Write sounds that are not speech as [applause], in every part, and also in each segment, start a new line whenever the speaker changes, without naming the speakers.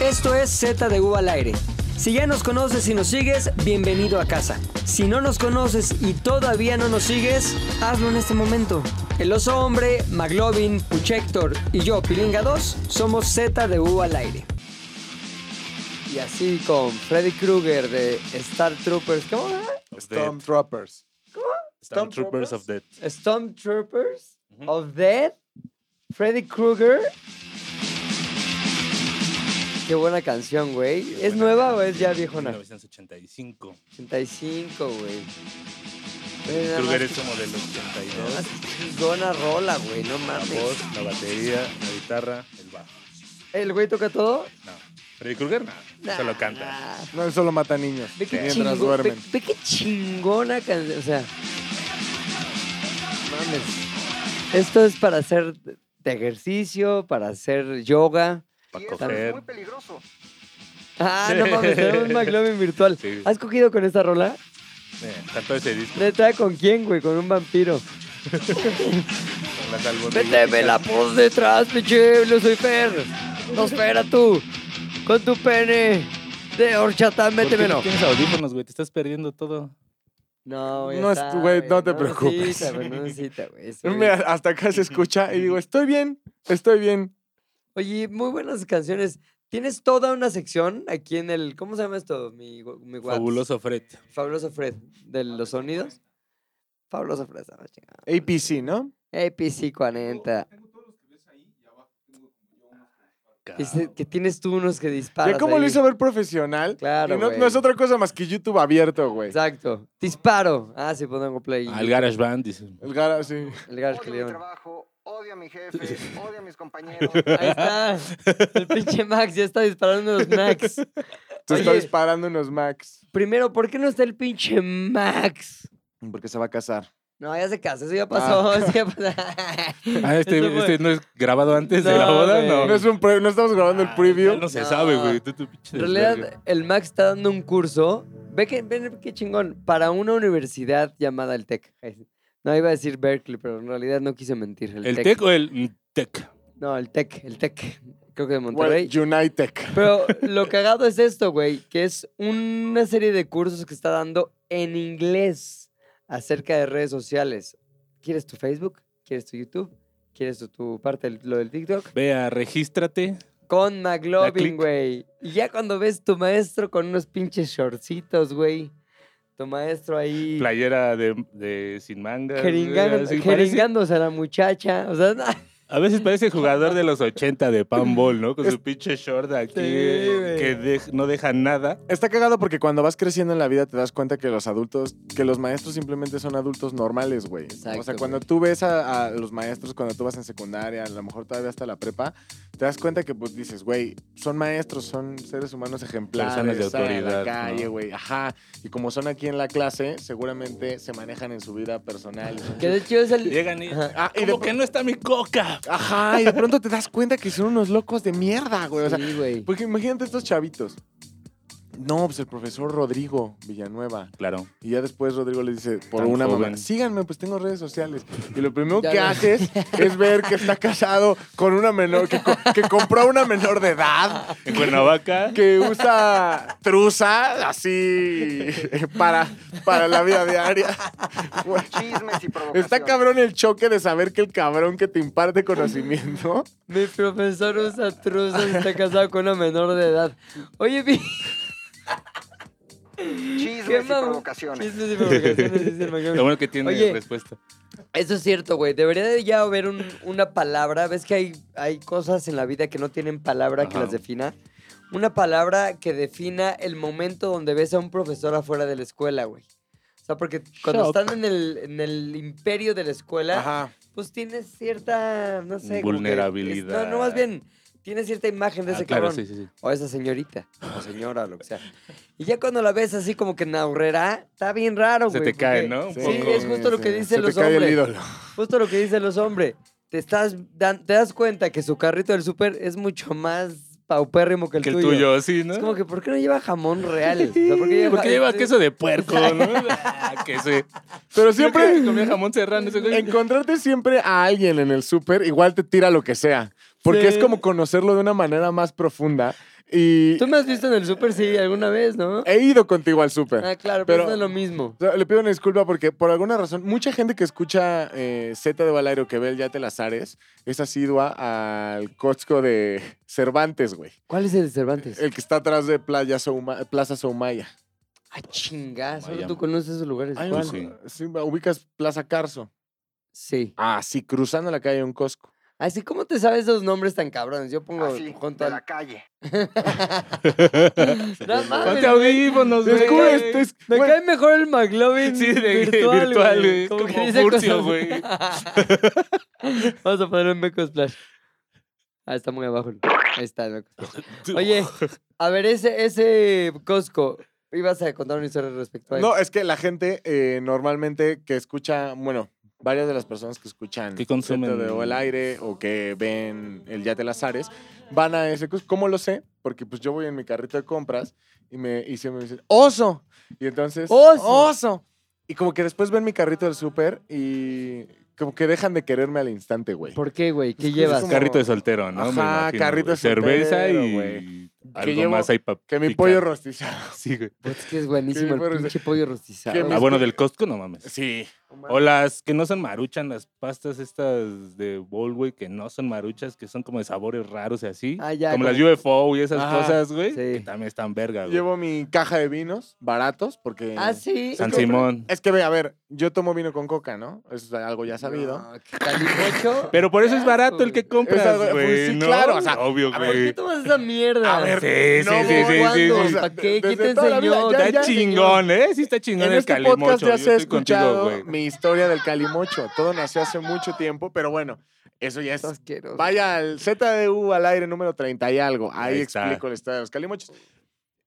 Esto es Z de U al aire. Si ya nos conoces y nos sigues, bienvenido a casa. Si no nos conoces y todavía no nos sigues, hazlo en este momento. El oso hombre, Maglovin, Puchector y yo, Pilinga 2, somos Z de U al aire. Y así con Freddy Krueger de Star Troopers. ¿Cómo era?
Stormtroopers.
Stormtroopers of Death.
Stormtroopers of Death. Freddy Krueger. Qué buena canción, güey.
Qué
¿Es
buena
nueva o
canción.
es ya viejona?
1985.
85, güey. Güey, nada más Ah,
Kruger es
que-
como del
nada
82.
más que chingona rola, güey, no
La
mames.
voz, la batería, la guitarra, el bajo.
¿El güey toca todo?
No. Freddy Krueger, no.
Nah,
Solo canta.
nah.
No, él solo mata niños
Ve qué,
mientras
chingo-
duermen.
ve- ve qué chingona canción. O sea. Mames. Esto es para hacer de ejercicio, para hacer yoga.
Para coger.
peligroso.
Ah, no mames, tenemos un McLovin virtual.
Sí.
¿Has cogido con esta rola?
Eh, cantó ese disco
¿Neta con quién, güey? Con un vampiro.
con las albóndigas.
Méteme la voz detrás, pinche Lucifer. No espera tú. Con tu pene de horchata,
¿Por qué
métemelo.
no Tienes audífonos, güey. Te estás perdiendo todo.
No,
No es- güey, no te preocupes.
necesita,
[laughs]
güey, No necesita, güey. ese güey.
Mira, hasta acá se escucha y digo, estoy bien, estoy bien.
Oye, muy buenas canciones. Tienes toda una sección aquí en el. ¿Cómo se llama esto? Mi, gu- mi Whats.
Fabuloso Fred.
Fabuloso Fred. De los sonidos. Fabuloso Fred. ah, chingada.
APC, ¿no?
APC 40. Dice que tienes tú unos que disparas.
Ya cómo lo
ahí.
hizo ver profesional.
Claro,
Y no,
güey.
no es otra cosa más que YouTube abierto, güey.
Exacto. Disparo. Ah, sí, pongo play.
Al Garage Band, dice.
El gara, sí.
El Garage
Odio
que
mi
le llaman.
trabajo, odio a mi jefe, odio a mis compañeros.
Ahí está. El pinche Max ya está disparando los
[laughs]
Max.
Se está
Oye.
disparando unos Max.
Primero, ¿por qué no está el pinche Max?
Porque se va a casar.
No, ya se casa, eso ya pasó. eso ya pasó.
Ah, este,
Eso fue-
este no es grabado antes de la
No,
boda,
güey.
no.
No, es un pre- no estamos grabando el
Ay,
preview.
ya No se
No.
sabe, güey. Tú, tu pinche
En
desvergue.
realidad, el Max está dando un curso. Ve que, ven qué chingón. Para una universidad llamada el TEC. Ay, No, iba a decir Berkeley, pero en realidad no quise mentir. El,
¿El tech o el tech?
No, el TEC, el TEC. Creo que de
Bueno,
Monterrey.
United.
Pero lo cagado es esto, güey, que es una serie de cursos que está dando en inglés acerca de redes sociales. ¿Quieres tu Facebook? ¿Quieres tu YouTube? ¿Quieres tu, tu parte, del- lo del TikTok?
Vea, regístrate.
Con
Da clic.
McLovin, güey. Y ya cuando ves tu maestro con unos pinches shortcitos, güey. Tu maestro ahí
Playera de, de sin manga.
jeringando- jeringándose a la muchacha. O sea, [laughs] no,
A veces parece jugador de los 80 de panball, ¿no? Con su pinche short aquí
Sí,
eh,
güey.
que de- no deja nada.
Está cagado porque cuando vas creciendo en la vida te das cuenta que los adultos, que los maestros simplemente son adultos normales, güey.
Exacto,
o sea, cuando
güey.
tú ves a, a los maestros, cuando tú vas en secundaria, a lo mejor todavía hasta la prepa, te das cuenta que pues dices, güey, son maestros, son seres humanos ejemplares.
Personas de
salen a
autoridad,
la calle,
¿no?
güey, ajá. Y como son aquí en la clase, seguramente se manejan en su vida personal.
que de hecho es el...
Llegan y.
Ajá.
Ah, y de
¿Cómo
pr-
que no está mi coca?
Ajá, y de pronto te das cuenta que son unos locos de mierda, güey. O sea, pues,
Sí, güey.
porque imagínate estos chavitos. No, pues el profesor Rodrigo Villanueva.
Claro.
Y ya después Rodrigo le dice, por
Tan
una mamá,
joven.
síganme, pues tengo redes sociales. Y lo primero
Ya
que
no. [laughs]
haces es ver que está casado con una menor, que, co- que compró a una menor de edad,
[laughs]
En Cuernavaca.
que usa truza así para, para la vida diaria. Güey,
Chismes y provocaciones.
Está cabrón el choque de saber que el cabrón que te imparte conocimiento.
Mi profesor usa truzas y está casado con una menor de edad. Oye, vi... Qué
Chismes y
mam-
provocaciones.
chismes y provocaciones,
[laughs]
dice el McLovin.
Lo bueno que tiene
Oye.
respuesta.
Eso es cierto, güey. Debería de ya haber un- una palabra. ¿Ves que hay, hay cosas en la vida que no tienen palabra que
Ajá.
las defina? Una palabra que defina el momento donde ves a un profesor afuera de la escuela, güey. O sea, porque cuando
Shock.
están en el, en el imperio de la escuela,
Ajá.
pues tienes cierta, no sé. como que-
Vulnerabilidad.
no, no, más bien, tienes cierta imagen de ese
Ah, claro,
cabrón.
sí, sí, sí.
O esa
[laughs]
señorita, o señora, lo que sea. Y ya cuando la ves así como que naurrera, está bien raro,
Se
güey.
te cae,
porque-
¿no? Un
Sí,
poco.
es justo lo que
sí.
dicen
Se
los
te cae el
hombres.
ídolo.
Justo lo que dicen los hombres. Te, estás dan- te das cuenta que su carrito del súper es mucho más paupérrimo que el,
Que el tuyo, sí, ¿no?
Es
[laughs]
como que, ¿por qué no lleva jamón real? O sea,
¿Por qué lleva
sí,
queso
[laughs]
de puerco? ¿no? [laughs] Ah, que sé.
Pero
Siempre
siempre,
comía jamón serrano ese güey.
[laughs] Encontrarte siempre a alguien en el súper, igual te tira lo que sea. Porque
Sí.
es como conocerlo de una manera más profunda. Y
Tú me has visto en el súper, sí, alguna vez, ¿no?
Eh,
he ido contigo al súper.
Ah, claro, pero,
pero-
no es lo mismo.
O sea, Le pido una disculpa porque por alguna razón, mucha gente que escucha eh, Z de Valero que ve el Yate Lazares es asidua al Costco de Cervantes, güey.
¿Cuál es el de Cervantes?
El que está atrás de Playa Souma- Plaza Soumaya.
Ah, chingada, solo
Miami.
tú conoces esos lugares.
Hay
¿Cuál?
un-
sí.
sí, ubicas Plaza Carso.
Sí.
Ah, sí, cruzando la calle hay un Costco.
Así como te sabes esos nombres tan cabrones. Yo pongo
Así,
junto
Ah, de
al-
la calle.
No
Ponte
mames.
audífonos, güey.
Descubre esto, es-
Me
bueno,
cae mejor el McLovin
Sí, de
virtual, güey.
virtual, güey. Como
que dice
Furcio,
cosas-
güey.
[laughs] Vamos a poner un Meco Splash. Ah, está muy abajo. Ahí está el Meco Splash. Oye, a ver, ese, ese Costco, ibas a contar una historia respecto a él.
No, es que la gente eh, normalmente que escucha, bueno, varias de las personas que escuchan
Que consumen.
Zeta de O el aire o que ven el Yate Lazares van a ese cus- ¿Cómo lo sé? Porque pues yo voy en mi carrito de compras y me y se me dicen oso y entonces
¡Oso!
oso y como que después ven mi carrito del súper y como que dejan de quererme al instante, güey.
¿Por qué, güey? ¿Qué
Es que
llevas?
como-
Pues, Carrito de soltero, ¿no? Me
Ajá,
imagino,
carrito
güey.
de
Cerveza
soltero,
y
güey.
algo
llevo-
más ahí pa'
Que mi
picar.
pollo rostizado.
Sí, güey.
Pues es que es buenísimo
Sí, pero
el
es-
pinche pollo
que
rostizado.
mis-
Ah, bueno, del Costco no mames.
Sí.
O las que no son maruchan, las pastas estas de bol, güey, que no son maruchas, que son como de sabores raros y así.
Ah, ya,
como,
como-
las UFO y esas
Ajá,
cosas, güey,
sí.
que también están verga, güey.
Llevo mi caja de vinos baratos porque
Ah, sí.
San
Es que-
Simón.
Es que ve, a ver, yo tomo vino con coca, ¿no? Eso es algo ya sabido.
No, ¿qué calimocho?
Pero por eso es barato el que
Es
compras,
algo-
güey,
pues sí,
¿no?
claro, o sea,
Obvio,
a
¿Por qué
güey.
tomas esa mierda?
A ver,
Sí, sí,
no,
sí, sí, sí,
¿cuándo?
sí.
sea,
¿Para qué?
desde
Quítense
toda la vida,
ñoños.
ya-
Está
ya,
chingón, ¿eh? Sí está chingón
En
el
este
calimocho.
podcast ya
yo
se ha
estoy contigo,
escuchado
güey.
mi historia del calimocho. Todo nació hace mucho tiempo, pero bueno, eso ya es.
Estás asqueroso.
Vaya al ZDU al aire número 30 y algo. Ahí,
Ahí está.
explico la historia de los calimochos.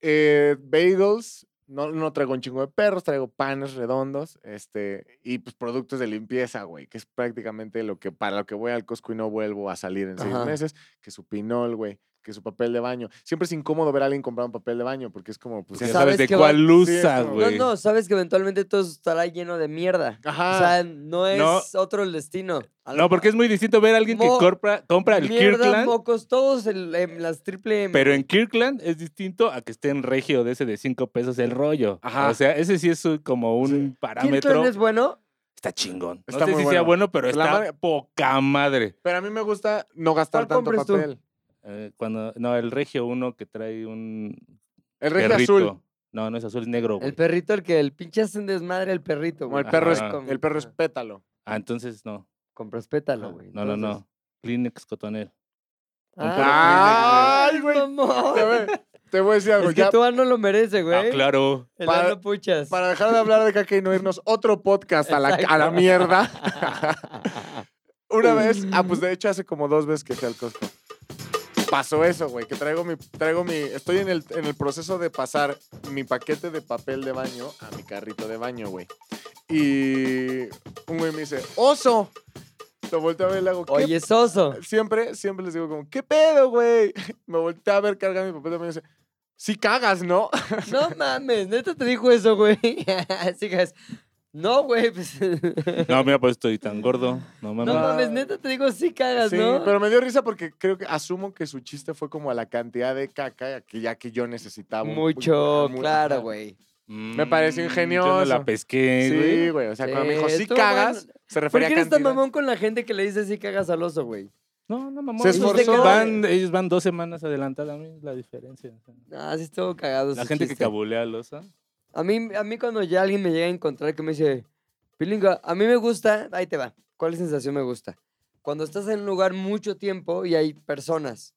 Eh, bagels, no, no traigo un chingo de perros, traigo panes redondos este, y pues productos de limpieza, güey, que es prácticamente lo que para lo que voy al Costco y no vuelvo a salir en seis
Ajá.
meses, que su pinol, güey, que su papel de baño. Siempre es incómodo ver a alguien comprar un papel de baño porque es como, pues,
Ya
Porque
ya
sabe-
sabes.
sabes de
que va-
cuál usa,
como-
No,
güey.
no, sabes que eventualmente todo eso estará lleno de mierda.
Ajá.
O sea, no es
No.
otro el destino. A lo
No, porque es muy distinto ver a alguien que
Mo-
compra, compra el
mierda,
Kirkland
mocos, todos el- en las triple em. M.
Pero en Kirkland es distinto a que esté en regio de ese de 5 pesos el rollo.
Ajá.
O sea, ese sí es un- como un parámetro.
¿Kirkland es bueno?
Está chingón.
Está
no sé si
muy
sea
bueno.
bueno, pero
La
está
madre-
poca madre.
Pero a mí me gusta no gastar
¿Cuál
tanto
compras tú?
papel.
Eh, cuando, no, el regio uno que trae un
El rey
perrito.
azul.
No, no es azul, es negro. güey.
El perrito, el que el pinche hacen desmadre el perrito.
Como
güey.
el perro, es,
Ajá.
Con-
el perro es pétalo.
Ah, entonces no.
Con prospétalo,
Ajá.
güey.
No, no,
entonces.
no. Kleenex cotonel.
Un perro
Ah,
Kleenex, güey.
mamón.
Te voy- Te voy a decir algo.
Es que
ya
tu no lo merece, güey.
Ah,
[laughs]
claro.
El
Para-
ano puchas.
Para dejar de hablar de caca y no irnos otro podcast a la, a la
Exacto.
mierda.
[laughs]
Una vez, ah, pues de hecho hace como dos veces que fui al Costco. Pasó eso, güey, que traigo mi, traigo mi, estoy en el, en el proceso de pasar mi paquete de papel de baño a mi carrito de baño, güey. Y un güey me dice, oso. Lo volteo a ver y le hago, ¿qué
Oye, soso.
siempre, siempre les digo como, ¿qué pedo, güey? [laughs] Me volteé a ver cargar mi papel de baño y dice, si cagas, ¿no?
No mames, neta te dijo eso, güey. [laughs] Así que es, no, güey. pues,
No, mira, pues estoy tan gordo. No mames.
no mames, neta te digo sí cagas,
Sí,
[laughs] ¿no?
pero me dio risa porque creo que asumo que su chiste fue como a la cantidad de caca que ya que yo necesitaba. un-
Mucho,
muy-
claro, güey.
Mm,
me pareció
yo No
ingenioso.
la pesqué, güey.
Sí, güey. O sea, cuando me dijo,
Sí,
si
estuvo
cagas,
bueno.
se
¿Por
refería
qué
a
eres tan
cantidad.
mamón con la gente que le dice sí cagas al oso, güey?
No, no, mamón.
Se
ellos
esforzó.
te- Van, ellos van dos semanas adelantadas a mí, es la diferencia. o sea.
Ah, sí estuvo cagado.
La
ese
gente que
chiste.
cabulea a losa.
A mí, a mí cuando ya alguien me llega a encontrar que me dice, Pilinga, a mí me gusta, ahí te va. ¿Cuál sensación me gusta? Cuando estás en un lugar mucho tiempo y hay personas.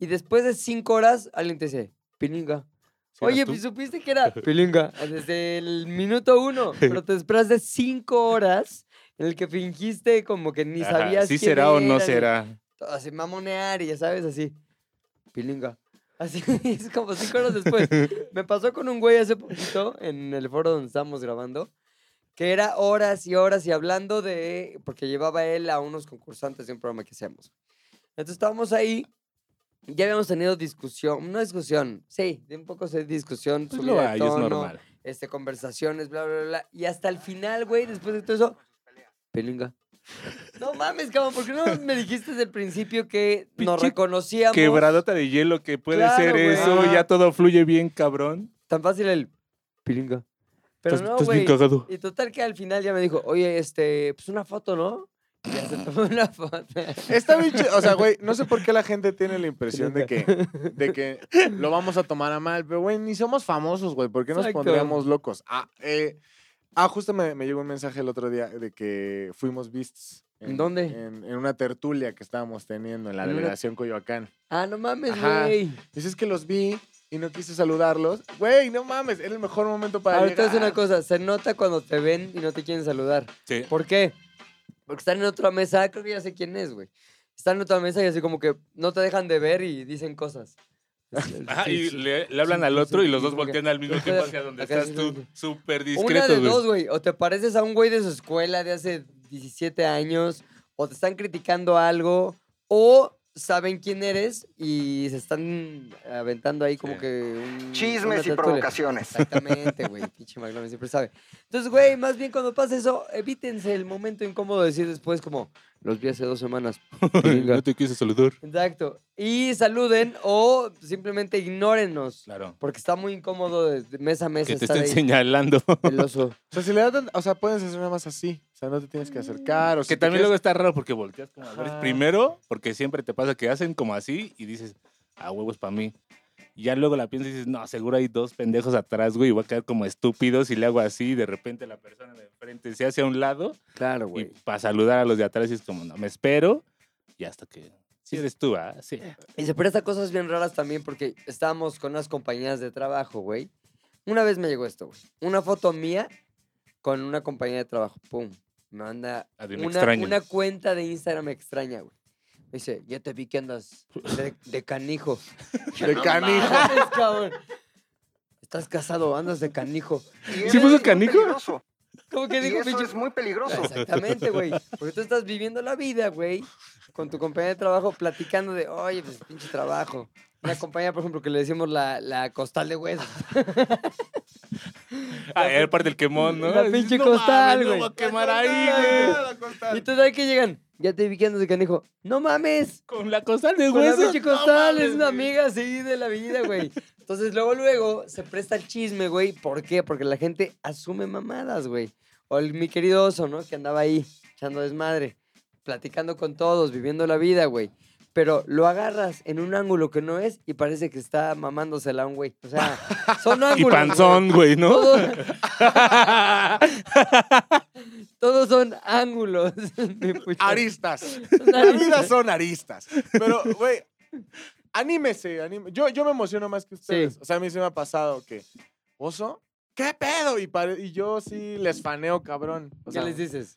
Y después de cinco horas, alguien te dice, Pilinga.
Sí,
Oye,
eras tú.
pues supiste que
[laughs]
era Pilinga desde el minuto uno, pero te esperas de cinco horas en el que fingiste como que ni
Ajá,
sabías
Sí
quién
será o
era,
no
ni- pues
será.
Así mamonear y ya sabes, así. Pilinga. Así [laughs] es como cinco horas después.
[laughs]
Me pasó con un güey hace poquito en el foro donde estábamos grabando, que era horas y horas y hablando de. Porque llevaba él a unos concursantes de un programa que hacemos. Entonces estábamos ahí, ya habíamos tenido discusión, no discusión, sí, de un poco de discusión,
Pues
subida
lo
de
hay, es
tono,
normal.
este, conversaciones, bla, bla, bla. Y hasta el final, güey, después de todo eso, Pilinga. No mames, cabrón, ¿por qué no me dijiste desde el principio que nos
Pinche
reconocíamos?
Quebradota de hielo que puede
Claro,
ser
güey.
eso.
Ajá.
Ya todo fluye bien, cabrón.
Tan fácil el pilinga. Pero
estás
no,
estás bien
güey.
cagado.
Y total que al final ya me dijo, oye, este, pues una foto, ¿no? Y ya se tomó una foto.
Está bien chido. O sea, güey, no sé por qué la gente
[laughs]
tiene la impresión de que, de que lo vamos a tomar a mal. Pero, güey, ni somos famosos, güey. ¿Por qué nos
Exacto.
pondríamos locos? Ah, eh, ah, justo me, me llegó un mensaje el otro día de que fuimos vistos.
¿En dónde?
En, en una tertulia que estábamos teniendo en la
En una-
delegación Coyoacán.
Ah, no mames,
Ajá.
güey.
Dices que los vi y no quise saludarlos. Güey, no mames, era el mejor momento para
Ahorita es
llegar.
una cosa, se nota cuando te ven y no te quieren saludar.
Sí.
¿Por qué? Porque están en otra mesa, creo que ya sé quién es, güey. Están en otra mesa y así como que no te dejan de ver y dicen [laughs] cosas.
Ajá,
Sí,
y
sí.
le, le hablan
sí,
al
sí,
otro
sí,
y los
sí,
dos
como que-
voltean al mismo
Ajá,
tiempo hacia donde
acá,
estás
sí, sí,
tú.
sí.
Súper
Una de
discreto,
dos,
güey.
güey. O te pareces a un güey de su escuela de hace 17 años, o te están criticando algo, o saben quién eres y se están aventando ahí como
Sí.
que... un- una
Chismes y
tertulia.
provocaciones.
Exactamente, güey. Pinche McLovin siempre sabe. Entonces, güey, más bien cuando pasa eso, evítense el momento incómodo de decir después como, los vi hace dos semanas.
[laughs]
Venga.
no te quise saludar.
Exacto. Y saluden o simplemente ignórennos.
Claro.
Porque está muy incómodo de, de mesa a mesa
Que te
estar
estén
ahí.
señalando.
El oso.
O sea, si le dan, o sea, puedes hacer nada más así. O sea, no te tienes que acercar. O
Pues
si
Que
te
también
quieres-
luego está raro porque volteas como a ver.
Ajá.
Primero, porque siempre te pasa que hacen como así y dices, ah, huevos para mí. Y ya luego la piensas y dices, no, seguro hay dos pendejos atrás, güey, y voy a quedar como estúpido si le hago así y de repente la persona de enfrente se hace a un lado
Claro,
y para saludar a los de atrás y es como, no, me espero y hasta que... Si eres tú, ¿ah? Sí.
Y se presta cosas bien raras también porque estábamos con unas compañías de trabajo, güey. Una vez me llegó esto, güey. Una foto mía con una compañía de trabajo. Pum. Me manda
Ah, de un
una,
extraño.
una cuenta de Instagram extraña, güey. Me dice, ya te vi que andas de, de [laughs] canijo.
De
[laughs]
canijo.
Mames, cabrón. Estás casado, andas de canijo.
Y
¿Sí
eso
puso
es muy
canijo?
peligroso.
¿Cómo
Y
que dijo,
eso
pinche-
es muy peligroso.
Exactamente, güey. Porque tú estás viviendo la vida, güey, con tu compañía de trabajo, platicando de, oye, pues pinche trabajo. Una compañía, por ejemplo, que le decimos la, la costal de huesos.
Ah, y aparte el quemón, ¿no?
La
Dices,
pinche
"No mames,
costal,
no
güey".
voy a quemar ahí, güey.
Y tú de que llegan, ya te vi que andas de canijo. ¡No mames!
Con la costal de
Con la
hueso.
pinche
Pues no
costal, es
mames,
una
güey.
amiga así de la vida, güey. Entonces, luego, luego, se presta el chisme, güey. ¿Por qué? Porque la gente asume mamadas, güey. O el, mi querido oso, ¿no? Que andaba ahí echando desmadre, platicando con todos, viviendo la vida, güey. Pero lo agarras en un ángulo que no es y parece que está mamándosela a un güey. O sea,
[laughs]
son
Y
ángulos. güey.
panzón,
[laughs]
güey, ¿no?
Todos, todos son ángulos. [laughs] mi pucho. [laughs]
Aristas.
Son
La
aristas.
vida son aristas. Pero, güey, anímese, anímese. Yo, yo me emociono más que ustedes. O sea, a mí se me ha pasado que, oso, ¿qué pedo? Y, pare- y yo sí les faneo, cabrón. O
¿Qué
sea,
les dices?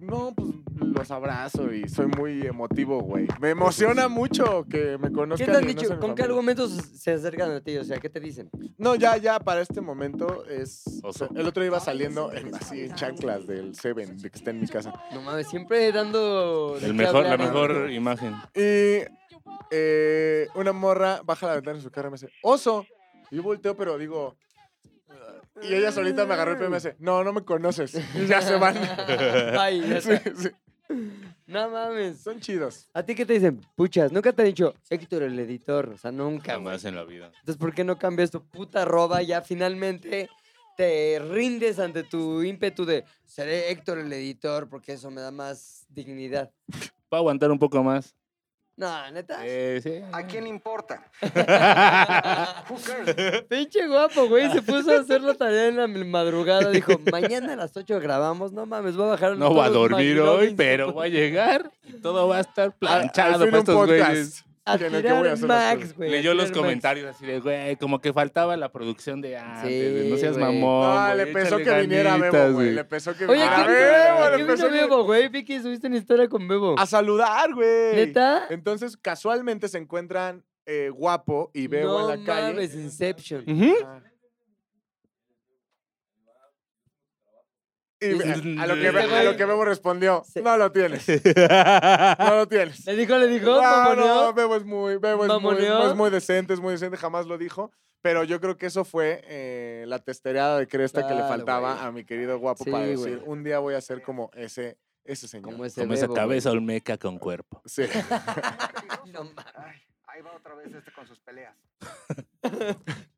no, pues los abrazo y soy muy emotivo, güey. Me
Pues,
emociona mucho que me
¿Qué
conozcan.
te han
y no
dicho?
sean
¿Con
mi
qué
familia.
argumentos se acercan a ti? O sea, ¿qué te dicen?
No, ya, ya, para este momento es... o sea,
Oso.
el otro iba saliendo en- así en chanclas del Seven, de que está en mi casa.
No mames, siempre dando... de
El
qué
mejor, la
hablar, ¿eh? [laughs]
mejor imagen.
Y eh, una morra baja la ventana de su carro y me dice, oso. Y yo volteo, pero digo... Y ella solita me agarró el pelo y me dice, no, no me conoces. [laughs] Y ya
[laughs]
se van.
Ay, ya
Sí,
sé.
sí.
No mames.
Son chidos.
¿A ti qué te dicen? Puchas, nunca te han dicho Héctor el editor. O sea, nunca, güey.
Jamás en la vida.
Entonces, ¿por qué no cambias tu puta arroba? Ya finalmente te rindes ante tu ímpetu de seré Héctor el editor porque eso me da más dignidad.
Va a aguantar un poco más.
No, neta.
Eh, [laughs] sí.
¿A quién importa? Who cares?
Pinche guapo, güey. Se puso a hacer la tarea en la madrugada.
[laughs]
Dijo, mañana a las 8 grabamos. No mames, voy a bajar.
No voy a
todos los
dormir hoy,
McLovins".
pero voy a llegar y todo va a estar
Al
planchado para
fin un
estos güeyes.
podcast
A
en el que
tirar
voy a hacer las
Max,
cosas.
güey. a
Leyó los
tirar Max.
comentarios así de, güey, como que faltaba la producción de antes. de, no seas
güey.
mamón.
No, Ah, le
güey,
pensó
échale
que viniera Bebo,
ganitas,
güey. Le pensó que
Oye,
viniera
¿qué,
Ah,
Bebo.
vino-
Le
¿qué
pensó
vino
que-
Bebo, güey? Vi que subiste una historia con Bebo.
A saludar, güey.
¿Neta?
Entonces, casualmente se encuentran eh, guapo y Bebo
no
en la calle.
mames, Inception.
Ujú.
Ah. Y
Este
Dices,
a, lo que,
"Mm".
Be- a lo que Bebo respondió,
Sí.
no lo tienes, no lo
[laughs]
tienes.
¿Le dijo, le dijo?
No,
mamoneó?
no, Bebo es muy, Bebo es muy,
¿Mamoneó?
es muy decente, es muy decente, jamás lo dijo. Pero yo creo que eso fue eh, la testereada de cresta que le
Claro,
faltaba
güey.
a mi querido guapo
Sí,
para decir,
güey.
un día voy a ser como ese Ese señor.
Como ese
[laughs] Como esa
bebo, güey.
cabeza olmeca con cuerpo.
[laughs]
Sí. [laughs]
No mames.
Ay, ahí va otra vez este con sus peleas.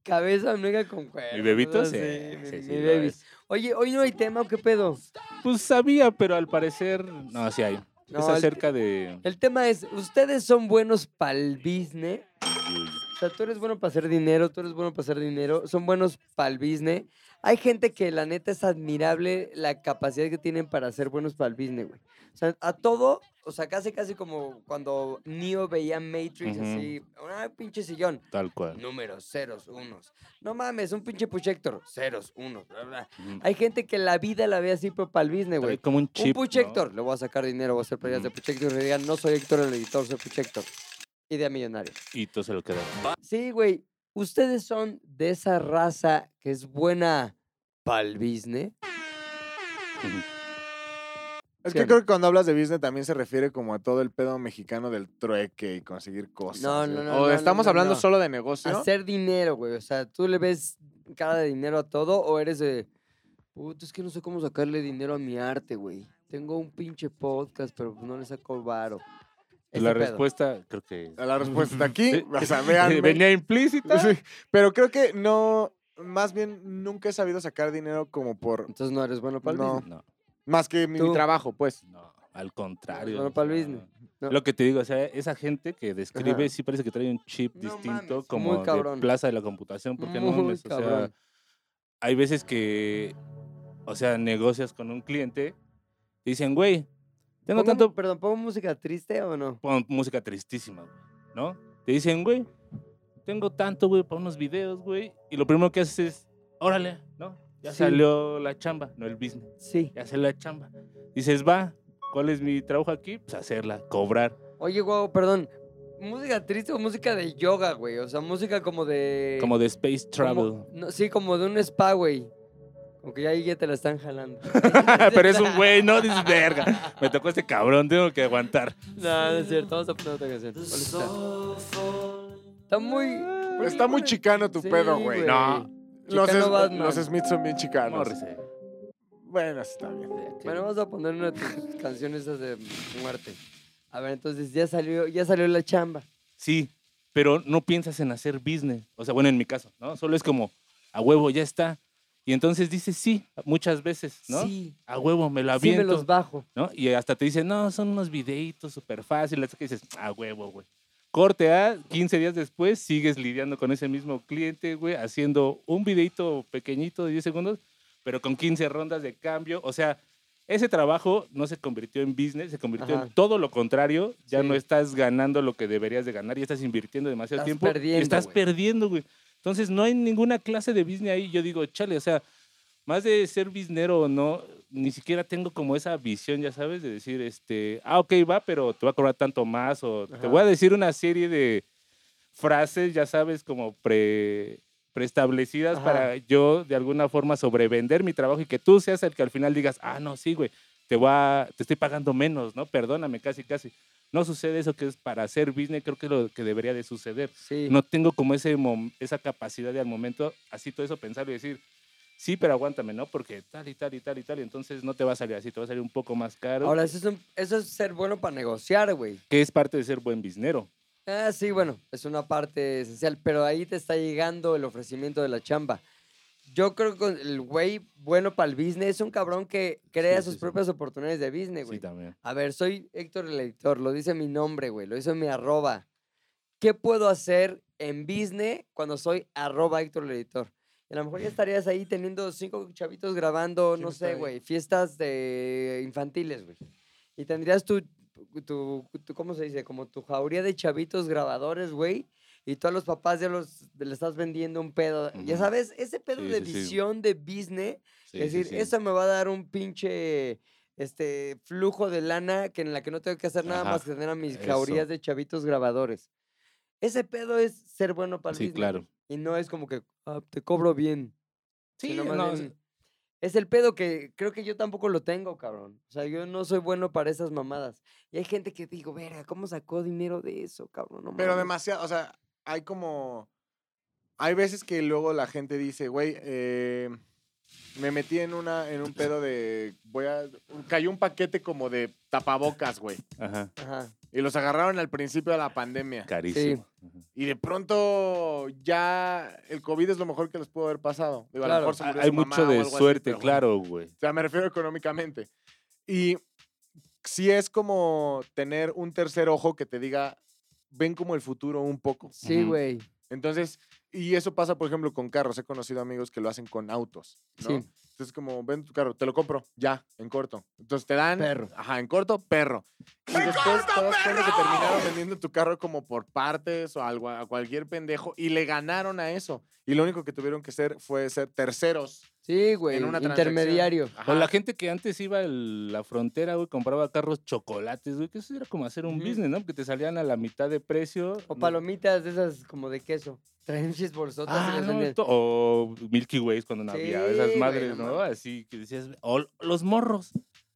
Cabeza ombliga con cuernos.
¿Mi bebito?
¿no?
Sí,
mi,
sí, sí,
mi
lo
baby.
es.
Oye, ¿hoy no hay tema o qué pedo?
Pues sabía, pero al parecer. No, sí hay.
No,
es
el-
acerca de.
El tema es, ¿ustedes son buenos para el business? O sea, tú eres bueno para hacer dinero, tú eres bueno para hacer dinero, son buenos para el business. Hay gente que la neta es admirable la capacidad que tienen para ser buenos para el business, güey. O sea, a todo, o sea, casi casi como cuando Neo veía Matrix,
Ujú.
así, un pinche sillón.
Tal cual.
Números, ceros, unos. No mames, un pinche puchector. Ceros, unos, bla, bla.
Ujú.
Hay gente que la vida la ve así pero para el business,
Trae
güey.
como un
Un
chip.
puchector. Le voy a sacar dinero, voy a hacer playas de
Ujú.
puchector. Y digan, no soy Héctor el editor, soy puchector. Idea millonaria.
¿no? Y todo se lo queda.
Sí, güey. ¿Ustedes son de esa raza que es buena pa'l business?
Es
Sí,
que
¿no?
creo que cuando hablas de business también se refiere como a todo el pedo mexicano del trueque y conseguir cosas.
No,
¿sí?
no, no, no,
O
no,
estamos
no,
hablando
no.
solo de negocio.
Hacer dinero, güey. O sea, ¿tú le ves cara de dinero a todo o eres de... Puta, es que no sé cómo sacarle dinero a mi arte, güey. Tengo un pinche podcast, pero pues, no le saco varo. Ese
Pues, La
pedo.
respuesta, creo que.
A La respuesta está aquí.
Sí. [laughs]
O sea, véanme.
Venía implícita.
Sí, pero creo que no, más bien nunca he sabido sacar dinero como por,
Entonces no eres bueno para el
No.
business.
No,
más que mi,
Tú.
trabajo, pues.
no, al contrario.
bueno
o
pa'l
sea,
business, ¿no?
Lo que te digo, o sea, esa gente que describe
Ajá.
sí parece que trae un chip
No
distinto
mames,
como
muy cabrón.
de plaza de la computación, porque no
Muy
mames, o sea,
cabrón.
hay veces que, o sea, negocias con un cliente y dicen, güey, tengo
Pongo-
tanto
Perdón, ¿pongo música triste o no?
pon música tristísima, güey, ¿no? Te dicen, güey, tengo tanto, güey, para unos videos, güey. Y lo primero que haces es, órale, ¿no? Ya
Sí.
salió la chamba, no el business,
Sí.
ya salió la chamba. Dices, va, ¿cuál es mi trabajo aquí? Pues hacerla, cobrar.
Oye, guau, perdón. ¿Música triste o música de yoga, güey? O sea, música como de...
Como de space travel.
como- no, sí, como de un spa, güey. Aunque ya ahí ya te la están jalando.
[laughs] [laughs]
[laughs]
Pero es un güey, no dices, verga, me tocó este cabrón, tengo
[laughs]
que aguantar.
No, no es cierto. Vamos a poner otra canción. ¿Cuál está? Está muy... ¿por qué
Está muy
pones-
chicano tu
Pues Sí,
pedo, güey.
No.
Los,
Chicano
es-
Batman.
los Smiths son bien chicanos.
Morrissey.
Bueno, está bien.
Bueno, vamos a poner una de tus canciones esas de muerte. A ver, entonces ya salió, ya salió la chamba.
Sí, pero no piensas en hacer business. O sea, bueno, en mi caso, ¿no? Solo es como, a huevo, ya está. Y entonces dices sí muchas veces, ¿no?
Sí.
A huevo, me la
Sí
aviento.
me los bajo.
¿no? Y hasta te dicen, no, son unos videitos súper fáciles. Que dices, a huevo, güey. Corte A, 15 días después, sigues lidiando con ese mismo cliente, güey, haciendo un videito pequeñito de 10 segundos, pero con 15 rondas de cambio. O sea, ese trabajo no se convirtió en business, se convirtió
Ajá.
en todo lo contrario. Ya
Sí.
no estás ganando lo que deberías de ganar, ya estás invirtiendo demasiado
Estás
tiempo.
perdiendo,
estás
güey.
perdiendo, güey. Entonces, no hay ninguna clase de business ahí. Yo digo, chale, o sea, más de ser biznero o no, ni siquiera tengo como esa visión, ya sabes, de decir, este, ah, ok, va, pero te va a cobrar tanto más, o te voy a decir una serie de frases, ya sabes, como pre- preestablecidas
Ajá.
para yo de alguna forma sobrevender mi trabajo y que tú seas el que al final digas, ah, no, sí, güey, te voy a, te estoy pagando menos, ¿no? Perdóname, casi, casi. No sucede eso que es para hacer business, creo que es lo que debería de suceder
Sí.
no tengo como ese mom- esa capacidad de al momento, así todo eso pensar y decir, sí, pero aguántame, ¿no? Porque tal y tal y tal y tal, y entonces no te va a salir así, te va a salir un poco más caro,
Ahora, eso es, un- eso es ser bueno para negociar, güey.
que es parte de ser buen biznero.
Ah, sí, bueno, es una parte esencial, pero ahí te está llegando el ofrecimiento de la chamba. Yo creo que el güey bueno para el business es un cabrón que crea
Sí,
sus
sí, sí.
propias oportunidades de business, güey.
Sí, también.
A ver, soy Héctor el editor, lo dice mi nombre, güey, lo dice mi arroba. ¿Qué puedo hacer en business cuando soy arroba Héctor el editor? Y a lo mejor ya estarías ahí teniendo cinco chavitos grabando, no sé, güey, fiestas de infantiles, güey. Y tendrías tu, tu, tu- ¿cómo se dice? Como tu jauría de chavitos grabadores, güey. Y tú a los papás ya los, le estás vendiendo un pedo. Ya
Ujú.
sabes, ese pedo
Sí,
de
sí, sí.
visión de business
Sí,
es
sí,
decir,
sí.
eso me va a dar un pinche este, flujo de lana que en la que no tengo que hacer nada
Ajá,
más que tener a mis
eso.
caurías de chavitos grabadores. Ese pedo es ser bueno para el
Sí,
business,
claro.
Y no es como que "Ah, te cobro bien.
Sí,
sino más
no,
bien, es el pedo que creo que yo tampoco lo tengo, cabrón. O sea, yo no soy bueno para esas mamadas. Y hay gente que digo, verga, ¿cómo sacó dinero de eso, cabrón? No
Pero
mames".
demasiado, o sea, hay como. Hay veces que luego la gente dice, güey, eh, me metí en una en un pedo de voy a cayó un paquete como de tapabocas, güey.
Ajá.
Ajá.
Y los agarraron al principio de la pandemia.
Carísimo.
Y de pronto ya el COVID es lo mejor que les pudo haber pasado. Digo, a
Claro,
lo mejor se murió
Hay
su mamá
mucho
o
de
algo así,
suerte,
pero bueno.
claro, güey.
O sea, me refiero económicamente. Y si es como tener un tercer ojo que te diga, ven como el futuro un poco.
Sí,
Ujú.
güey.
Entonces, y eso pasa, por ejemplo, con carros. He conocido amigos que lo hacen con autos, ¿no?
Sí.
Entonces, como, ven tu carro, te lo compro, ya, en corto. Entonces te dan.
Perro.
Ajá, en corto, perro. Y después te das cuenta que terminaron vendiendo tu carro como por partes o algo, a cualquier pendejo y le ganaron a eso. Y lo único que tuvieron que hacer fue ser terceros
Sí, güey.
en una transacción.
Intermediario.
Ajá.
O la gente que antes iba a la frontera, güey, compraba carros chocolates, güey, que eso era como hacer un
Ujú.
business, ¿no? Que te salían a la mitad de precio.
O
¿no?
palomitas de esas como de queso. [laughs] Traen chis bolsotas. y
Ah,
las
no,
vendían.
to- o Milky Ways cuando no había,
Sí,
esas
güey,
madres,
no
¿no? Así que decías, o l- los morros,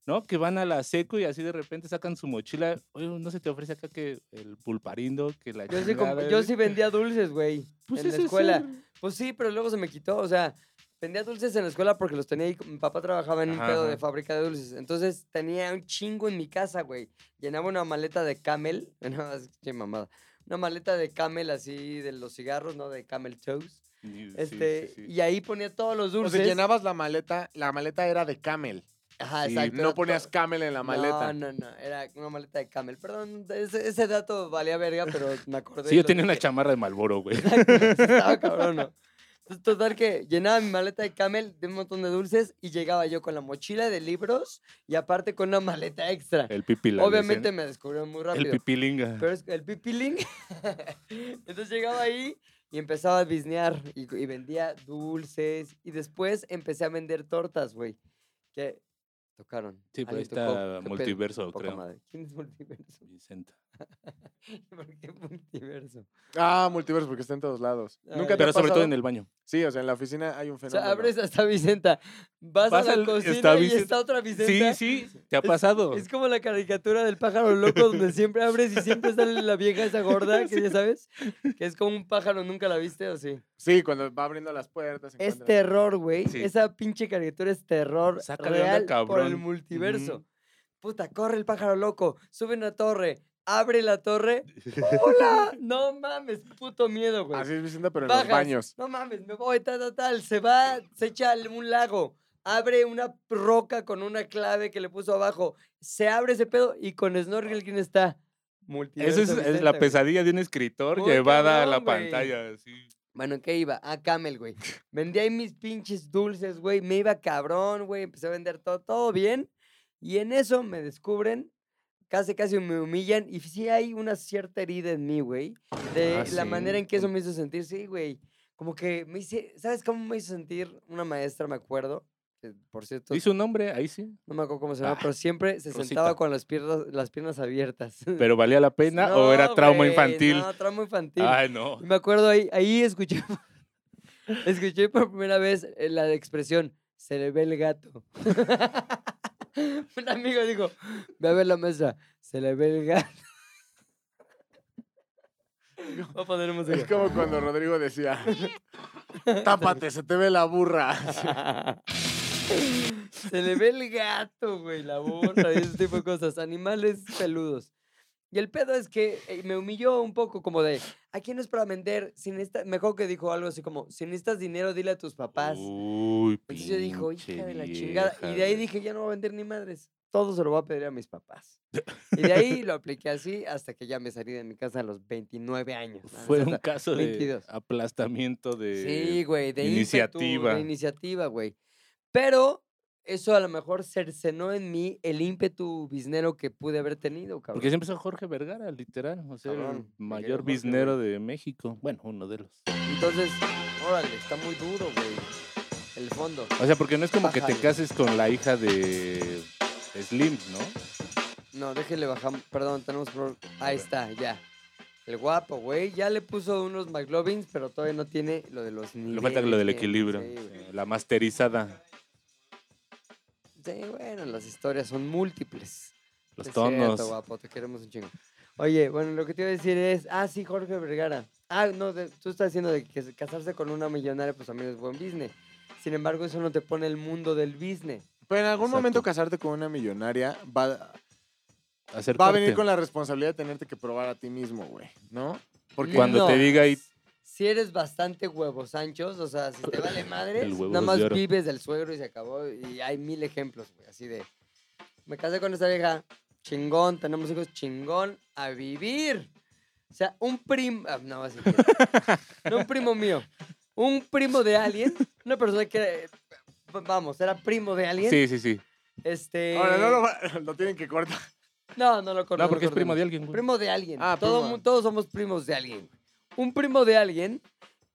¿no? Que van a la seco y así de repente sacan su mochila. Oye, no se te ofrece acá que el pulparindo, que la
Yo sí, comp-
chingada,
yo
güey?"
sí vendía dulces, güey.
Pues
en la
eso es
escuela.
ser-
Pues sí, pero luego se me quitó. O sea, vendía dulces en la escuela porque los tenía ahí. Mi papá trabajaba en un
Ajá,
pedo
ajá.
de fábrica de dulces. Entonces tenía un chingo en mi casa, güey. Llenaba una maleta de camel. [laughs] No, es que mamada. Una maleta de camel así de los cigarros, ¿no? De camel toes.
Sí, sí,
Este,
sí.
Y ahí ponía todos los
O
dulces.
sea, llenabas la maleta, la maleta era de camel.
Ajá,
sí,
exacto.
No
era
ponías
to-
camel en la maleta.
No, no, no. Era una maleta de camel. Perdón, ese, ese dato valía verga, pero me acordé. y
Sí, yo
lo
tenía
[laughs]
una
dije.
chamarra de Malboro, güey.
Estaba cabrón, ¿no? Entonces, total que llenaba mi maleta de camel de un montón de dulces y llegaba yo con la mochila de libros y aparte con una maleta extra.
El pipila.
Obviamente me descubrieron muy
El
rápido.
pipilinga.
pero es el pipiling. [laughs] Entonces llegaba ahí y empezaba a bisnear y, y vendía dulces y después empecé a vender tortas, güey. Que tocaron.
Sí, pero
alguien
ahí está
tocó, qué pedo,
multiverso,
poca
creo.
madre. ¿Quién es multiverso? [laughs]
Vicenta.
¿Por qué multiverso?
Ah, multiverso, porque está en todos lados.
Ah,
Nunca te
Pero
ha
sobre todo
pasado?
en el baño.
Sí, o sea, en la oficina hay un
O
fenómeno.
sea, abres hasta Vicenta, vas,
Vas
a la
al-
cocina
está
y
Vicenta.
está otra Vicenta.
Sí, sí, te ha pasado.
Es como la caricatura del pájaro loco donde siempre abres y siempre sale la vieja esa gorda, que
[laughs]
ya sabes, que es como un pájaro, nunca la viste o sí.
Sí, cuando va abriendo las puertas.
Es
encuentra-
terror, güey.
Sí.
Esa pinche caricatura es terror
Sácale onda,
real por el
cabrón.
multiverso.
Ujú.
Puta, corre el pájaro loco, sube una torre, abre la
[laughs]
torre. ¡Hola! No mames, puto miedo, güey.
Así es Vicenta, pero en los
Bajas,
baños.
No mames, me voy, tal, tal, tal. Se va, se echa al- un lago, abre una roca con una clave que le puso abajo. Se abre ese pedo y con snorkel, ¿quién está?
Esa
Multiverso
es, es
Vicenta,
la
güey.
pesadilla de un escritor
Muy
llevada a la
cabrón, güey.
pantalla. así.
Bueno, ¿en ¿qué iba? A Camel,
[laughs]
güey. Vendía ahí mis pinches dulces, güey. Me iba cabrón, güey. Empecé a vender todo, todo bien. Y en eso me descubren, casi casi me humillan. Y sí hay una cierta herida en mí, güey. De
Ah,
la
sí,
manera en que eso
com-
me hizo sentir, sí, güey. Como que me hice, ¿sabes cómo me hizo sentir una maestra, me acuerdo? Que, por cierto,
Dice un nombre, ahí sí.
no me acuerdo cómo se llama,
Ah,
pero siempre se sentaba
Rosita.
con las piernas, las piernas abiertas. [laughs]
¿Pero valía la pena o
No,
era trauma
güey,
infantil? Ah,
No, trauma infantil.
Ay, no.
Y Me acuerdo ahí, ahí escuché, [laughs] escuché por primera vez eh, la expresión, se le ve el gato. [laughs] Un amigo dijo, ve a ver la mesa, se le ve el gato. Voy a poner
Es
música.
como cuando
[laughs]
Rodrigo decía: Tápate, se te ve la burra.
[laughs] se le ve el gato, güey, la burra y ese tipo de cosas. Animales peludos. Y el pedo es que eh, me humilló un poco, como de, aquí no es para vender, si necesitas, mejor que dijo algo así como, si necesitas dinero, dile a tus papás.
Uy,
Entonces Pues yo dijo,
pinche
hija de la chingada. Y de
vieja,
ahí
[laughs] güey.
dije, ya no voy a vender ni madres. Todo se lo voy a pedir a mis papás. Y de ahí lo apliqué así hasta que ya me salí de mi casa a los 29 años. ¿no? No es
Fue un
cierto.
caso de
22.
aplastamiento de...
Sí, güey, de iniciativa.
iniciativa.
de iniciativa, güey. Pero eso a lo mejor cercenó en mí el ímpetu biznero que pude haber tenido, cabrón.
Porque siempre empezó Jorge Vergara, literal. O sea,
Cabrón, mi
el
querido
mayor
Jorge,
biznero de México. Bueno, uno de los.
Entonces, órale, está muy duro, güey. El fondo.
O sea, porque no es como que te
Bájale.
cases con la hija de Slim, ¿no?
No, déjenle bajar. Perdón, tenemos pro- Ahí
ver.
está, ya. El guapo, güey. Ya le puso unos McLovins, pero todavía no tiene lo de los niveles.
Le falta lo del
que-
equilibrio.
sí, güey.
eh, la masterizada.
Sí, bueno, las historias son múltiples.
Los
Es cierto,
tonos.
guapo, te queremos un chingo. Oye, bueno, lo que te iba a decir es, ah, sí, Jorge Vergara. Ah, no, de- tú estás diciendo de que casarse con una millonaria, pues también es buen business. Sin embargo, eso no te pone el mundo del business.
[laughs] Pero en algún
Exacto.
momento casarte con una millonaria va,
Hacer
va a
corte.
venir con la responsabilidad de tenerte que probar a ti mismo, güey, ¿no? Porque
Cuando te diga ahí-
Si eres bastante huevos anchos, o sea, si te
[laughs]
vale madre,
El huevos
nada más
de oro.
vives del suegro y se acabó. Y hay mil ejemplos, güey, así de. Me casé con esta vieja, chingón, tenemos hijos, chingón, a vivir. O sea, un primo. no, así. no un primo mío. Un primo de alguien. Una persona que. eh, Vamos, era primo de alguien.
Sí, sí, sí.
Este.
Eh, Ahora, no
[laughs]
lo, va- lo tienen que cortar.
No, no lo corto.
No, porque es primo de alguien, güey.
Primo de alguien.
Ah,
Todo
primo.
mu- todos somos primos de alguien. Un primo de alguien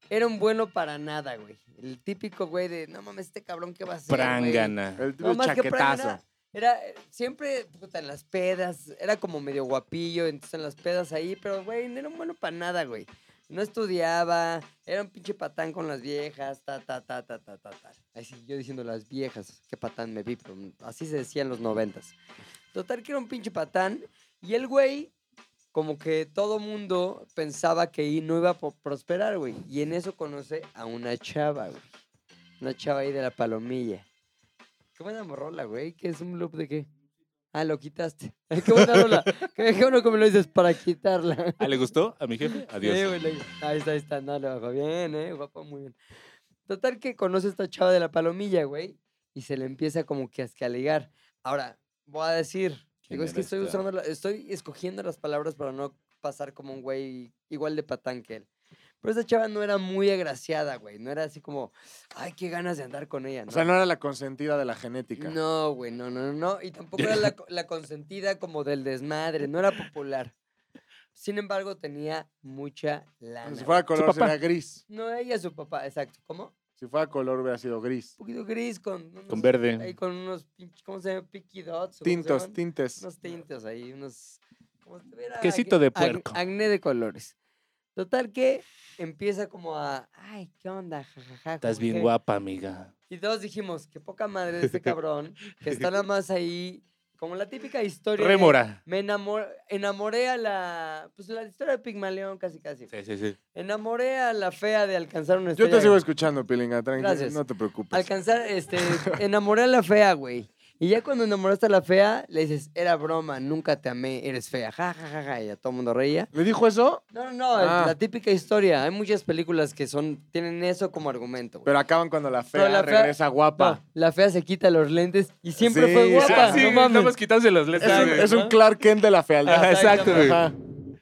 era un bueno para nada, güey. El típico güey de, no mames, este cabrón, ¿qué va a hacer? güey?"
Prangana.
El
No, más que prangana,
chaquetazo.
Era, era, eh, siempre, puta, en las pedas, era como medio guapillo, entonces en las pedas ahí, pero, güey, no era un bueno para nada, güey. No estudiaba, era un pinche patán con las viejas, ta, ta, ta, ta, ta, ta, ta. Así yo diciendo las viejas, qué patán me vi, pero así se decía en los noventas. Total que era un pinche patán y el güey, como que todo mundo pensaba que ahí no iba a po- prosperar, güey. Y en eso conoce a una chava, güey. Una chava ahí de la palomilla. Qué buena morrola, güey. ¿Qué es un loop de qué? Ah, lo quitaste. [laughs] Qué buena rola. Qué, qué bueno que me lo dices para quitarla.
Ah, ¿le gustó a mi jefe? Adiós.
Sí, güey, le- ahí está, ahí está. No, le bajó bien, ¿eh? Guapo, muy bien. Total que conoce a esta chava de la palomilla, güey. Y se le empieza como que a escalegar. Ahora, voy a decir...
¿Quién
Digo, es
era
que estoy
esta?
usando... la- estoy escogiendo las palabras para no pasar como un güey igual de patán que él. Pero esta chava no era muy agraciada, güey. No era así como... Ay, qué ganas de andar con ella, ¿no?
O sea, no era la consentida de la genética.
No, güey, no, no, no, no. Y tampoco
[laughs]
era la, co- la consentida como del desmadre, no era popular. Sin embargo, tenía mucha lana.
Si
güey.
fuera color
papá.
sería gris.
No, ella, su papá, exacto. ¿Cómo? Un
Si fuera color hubiera sido gris.
poquito gris con... unos-
Con verde.
Ahí con unos pinches, ¿cómo se llama? Picky dots. o cómo se
Tintos,
llaman.
tintes.
Unos tintos ahí, unos... Como si tuviera
Quesito
acné-
de
ac-
puerco.
Acné de colores. Total que empieza como a... Ay, ¿qué onda? Jajaja.
Estás
como
bien
que-
guapa, amiga.
Y todos dijimos, qué poca madre
[laughs]
de este cabrón, que está nada más ahí, como la típica historia. de,
Rémora.
Me enamor- enamoré a la... Pues la historia de Pigmaleón casi casi.
Sí, sí, sí.
Enamoré a la fea de alcanzar una
Yo
estrella.
te sigo pues.
de-
escuchando, Pilinga, tranquilo,
Gracias.
no te preocupes.
Alcanzar,
[laughs]
este, enamoré a la fea, güey. Y ya cuando enamoraste a la fea, le dices, era broma, nunca te amé, eres fea. Ja, ja, ja, ja. Y a todo el mundo reía.
¿Le dijo eso?
No, no, no,
Ah.
la típica historia. Hay muchas películas que son, tienen eso como argumento, güey.
Pero acaban cuando la fea
Pero la fea-
regresa guapa.
No, la fea se quita los lentes y siempre fue
Sí,
guapa.
Ah, sí,
no
nada
mames.
más quitarse los
Es, un,
Exacto,
lentes.
es
¿no?
un Clark Kent de la fealdad.
Ajá, exacto, güey.
Ajá.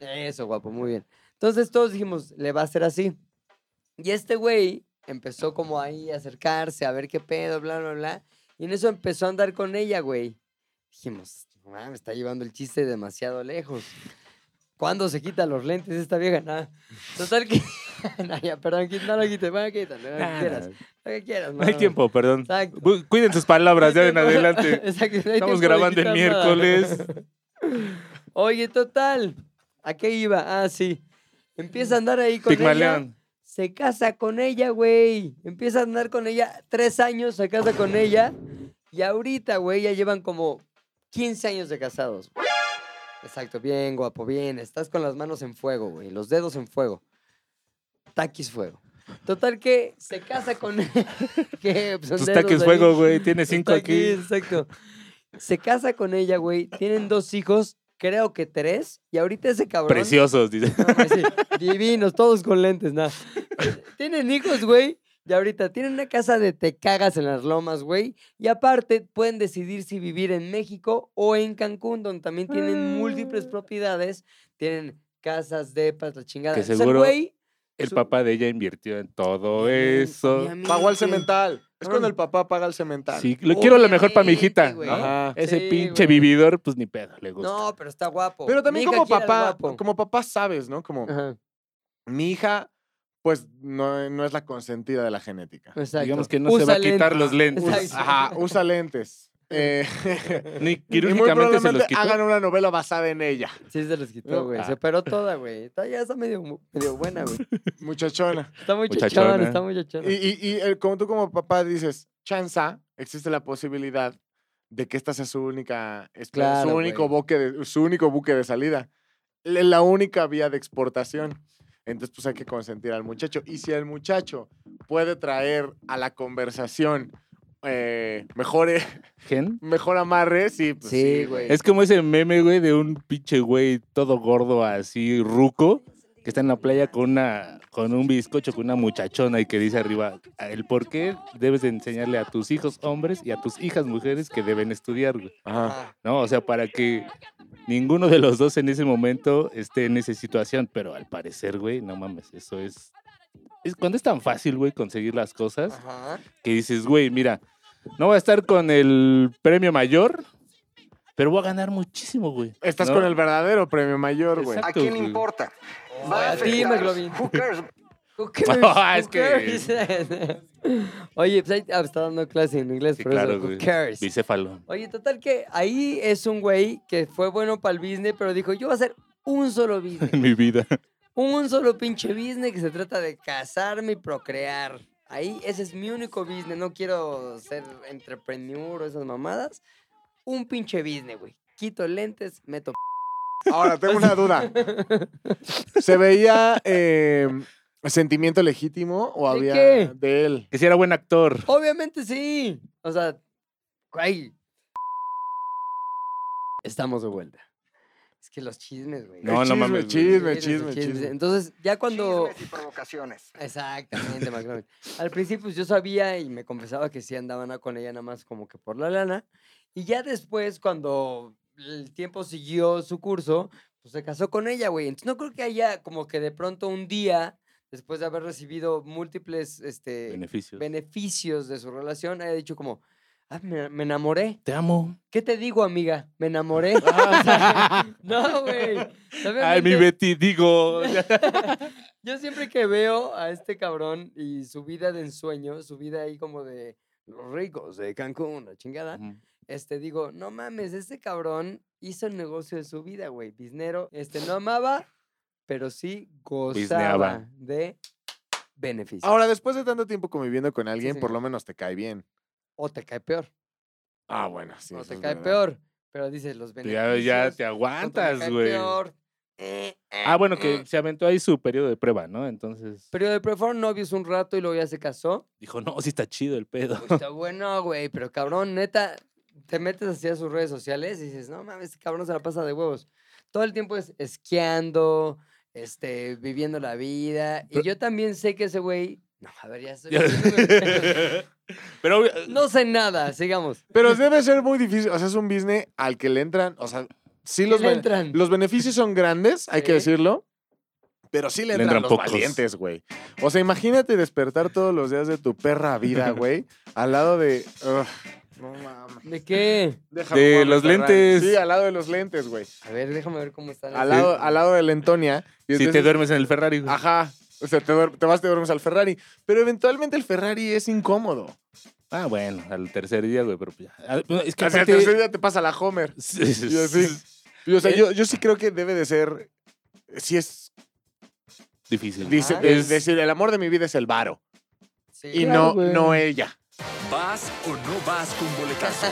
Eso, guapo, muy bien. Entonces todos dijimos, le va a ser así. Y este güey empezó como ahí a acercarse, a ver qué pedo, bla, bla, bla. Y en eso empezó a andar con ella, güey. Dijimos, "No mames, está llevando el chiste demasiado lejos. ¿Cuándo se quita los lentes esta vieja? Nada. Total que... [laughs] no, ya, perdón, quit- no lo quites, va, quítalo, lo que quieras. Lo que quieras,
No hay
mano.
tiempo, perdón.
Exacto.
Bu- Cuiden sus palabras ya en
tiempo.
adelante.
[laughs] Exacto, no hay tiempo
Estamos
de
grabando el
quitar nada.
miércoles.
[laughs] Oye, total. ¿A qué iba? Ah, sí. Empieza a andar ahí con ella.
Pigmaleón.
Se casa con ella, güey. Empieza a andar con ella. Tres años se casa con ella. Y ahorita, güey, ya llevan como 15 años de casados. güey. Exacto, bien, guapo, bien. Estás con las manos en fuego, güey. Los dedos en fuego. Taquis fuego. Total que se casa con... [laughs] que son dedos
Tus taques
ahí.
fuego, güey. Tiene cinco
Está
aquí.
Exacto. Se casa con ella, güey. Tienen dos hijos, creo que tres. Y ahorita ese cabrón.
Preciosos, dice.
[laughs] No, hombre, sí, divinos, todos con lentes, nada. Tienen hijos, güey. Y ahorita tienen una casa de te cagas en las lomas, güey. Y aparte pueden decidir si vivir en México o en Cancún, donde también tienen múltiples
Ah.
propiedades. Tienen casas, depas, la chingada.
Que
Entonces, el
seguro
güey,
El
su-
papá de ella invirtió en todo
Bien,
eso.
Pagó
obviamente.
al cemental. Es cuando el papá paga el cemental.
Sí, lo quiero lo mejor para mi hijita.
Obviamente, güey.
¿no?
Ajá.
Ese
Sí,
pinche
güey.
vividor, pues ni pedo, le gusta.
No, pero está guapo.
Pero también
Mi hija
como
quiere al
papá,
guapo.
como papá sabes, ¿no? Como
Ajá,
mi hija, pues no, no es la consentida de la genética.
exacto.
Digamos que no se va a quitar los lentes.
Usa-
Exacto.
ajá, usa lentes.
[laughs]
Eh, [laughs]
Ni
y muy
quirúrgicamente se los
probablemente
quitó.
hagan una novela basada en ella,
Sí, se los quitó,
No,
güey. Se
ah.
operó toda, güey. Está, ya está medio, mu- medio buena, güey.
muchachona.
Está muy chachona,
Muchachona.
está muy chachona.
Y, y- y, eh, como tú como papá dices, chanza, existe la posibilidad de que esta sea su única, espe-
Claro,
su único
güey.
buque, de, su único buque de salida, Le- la única vía de exportación. Entonces, pues hay que consentir al muchacho. Y si el muchacho puede traer a la conversación eh, mejor, eh, [laughs]
¿Gen?
mejor amarre, sí, pues
Sí,
sí, güey.
Es como ese meme, güey, de un pinche güey todo gordo así, ruco, que está en la playa con una con un bizcocho, con una muchachona y que dice arriba, el por qué debes de enseñarle a tus hijos hombres y a tus hijas mujeres que deben estudiar, güey.
Ajá.
¿No? O sea, para que ninguno de los dos en ese momento esté en esa situación, pero al parecer, güey, no mames, eso es... es cuando es tan fácil, güey, conseguir las cosas,
Ajá.
que dices, güey, mira, no voy a estar con el premio mayor, pero voy a ganar muchísimo, güey.
Estás
¿no?
con el verdadero premio mayor, güey.
¿A
Exacto,
quién
güey.
importa?
a
Va a
ti,
afectar.
McLovin.
Who cares?
Who
[laughs]
cares?
Ah,
Who
es que-
cares? [laughs] Oye, pues ahí ah, está dando clase en inglés,
Sí,
por
claro,
eso.
güey.
Who cares? [laughs]
Bicéfalo.
Oye, total que ahí es un güey que fue bueno para el business, pero dijo, yo voy a hacer un solo business.
En mi vida.
un solo pinche business que se trata de casarme y procrear. Ahí ese es mi único business. No quiero ser entrepreneur o esas mamadas. Un pinche business, güey. Quito lentes, meto...
Ahora, tengo una
[laughs]
duda. ¿Se veía eh, sentimiento legítimo o
¿De
había
qué?
de él?
Que si era buen actor.
Oh, Obviamente sí. O sea, güey. Estamos de vuelta. Es que los chismes, güey.
No, no
chisme,
mames, güey.
Chisme,
Chismes,
chisme,
chismes.
chisme.
Entonces, ya cuando...
Chismes y provocaciones.
Exactamente, McLovin. Al principio pues, yo sabía y me confesaba que sí andaban a- con ella nada más como que por la lana. Y ya después, cuando el tiempo siguió su curso, pues se casó con ella, güey. Entonces no creo que haya como que de pronto un día, después de haber recibido múltiples este,
Beneficios.
beneficios de su relación, haya dicho como, ah, me, me enamoré.
Te amo.
¿Qué te digo, amiga? Me
[laughs]
enamoré. [laughs] O sea, no, güey.
Ay, mi
Obviamente- [laughs]
Betty, digo.
yo siempre que veo a este cabrón y su vida de ensueño, su vida ahí como de los ricos de Cancún, la chingada,
Mm,
este digo, no mames, este cabrón hizo el negocio de su vida, güey, biznero. Este no amaba, pero sí gozaba
Bizneaba.
de beneficios.
Ahora, después de tanto tiempo conviviendo con alguien, por
señor.
lo menos te cae bien.
o te cae peor,
Ah, bueno, sí.
o
eso
te
es
cae
verdad.
peor, pero dices los
ya,
beneficios.
ya te
otro me
aguantas,
cae
güey.
peor. Eh, eh,
Ah, bueno,
eh.
que se aventó ahí su periodo de prueba, ¿no? Entonces
Pero de pronto fueron novios un rato y luego ya se casó.
dijo, no, sí está chido el pedo.
Uy, Pues, Está bueno, güey, pero cabrón, neta, te metes hacia sus redes sociales y dices, no mames, este cabrón se la pasa de huevos. Todo el tiempo es esquiando, este, viviendo la vida. Y yo también sé que ese güey. No, a ver, ya estoy.
[laughs]
[laughs] Pero obvio,
no sé nada, sigamos. [laughs]
Pero debe ser muy difícil. O sea, es un business al que le entran. O sea, sí los,
le
ben-
entran?
los beneficios son grandes, hay que
Sí.
decirlo. Pero sí le
Le
entran,
entran
los
pocos.
valientes, güey. O sea, imagínate despertar todos los días de tu perra
[laughs]
vida, güey, al lado de. Ugh, no mames.
¿De qué?
Déjame
De
mamar
los
esta raya.
lentes.
Sí, al lado de los lentes, güey.
A ver, déjame ver cómo están.
Al
las-
lado, al lado de la Antonia. Y
si te
entonces- Ah.
duermes en el Ferrari, güey.
Ajá. O sea, te, duer- te vas, te duermes al Ferrari. Pero eventualmente el Ferrari es incómodo.
Ah, bueno, al tercer día, güey, pero ya. Ah, no, Es que
Hacia el
aparte-
tercer día te pasa la Homer. Y así. Y, o sea,
Eh.
yo, yo sí creo que debe de ser. Si es.
Difícil.
Dice,
Ah.
de-
Es-
decir, el amor de mi vida es el varo.
Sí.
Y
Claro,
no,
güey.
no ella.
¿Vas o no vas con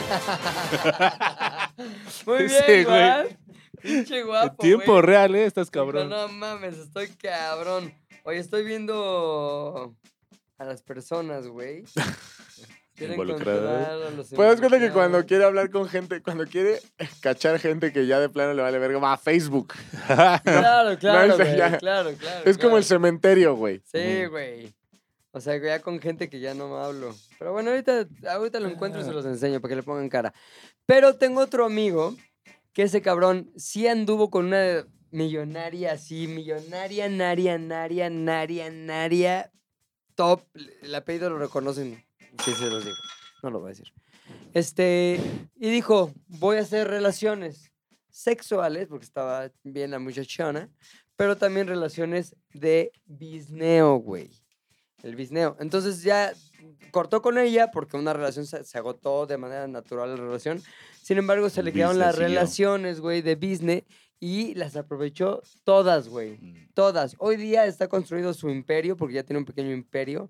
boletazo?
[laughs]
[laughs]
Muy
Ese
bien,
güey.
güey. Pinche guapo.
tiempo
güey.
real, ¿eh? Estás
Dijo,
cabrón.
No mames, estoy cabrón. Oye, estoy viendo a las personas,
[laughs]
güey. Quiero
Involucradas.
encontrar a los
Pues das cuenta que cuando
involucrados.
quiere hablar con gente, cuando quiere cachar gente que ya de plano le vale verga, va a Facebook. [laughs]
Claro, claro,
dice
güey,
ya.
claro, claro.
Es como el
claro.
cementerio, güey.
Sí, güey. O sea, ya con gente que ya no me hablo. Pero bueno, ahorita, ahorita lo encuentro y se los enseño para que le pongan cara. Pero tengo otro amigo que ese cabrón sí anduvo con una millonaria así, millonaria, naria, naria, naria, naria, top. El apellido lo reconocen, sí se los digo. No lo voy a decir. Este, y dijo, voy a hacer relaciones sexuales, porque estaba bien la muchachona, pero también relaciones de bisneo, güey. El bisneo. Entonces ya cortó con ella porque una relación se, se agotó de manera natural la relación. Sin embargo, se
El
le quedaron
business
las
siguió.
relaciones, güey, de business y las aprovechó todas, güey.
Mm,
Todas. Hoy día está construido su imperio, porque ya tiene un pequeño imperio,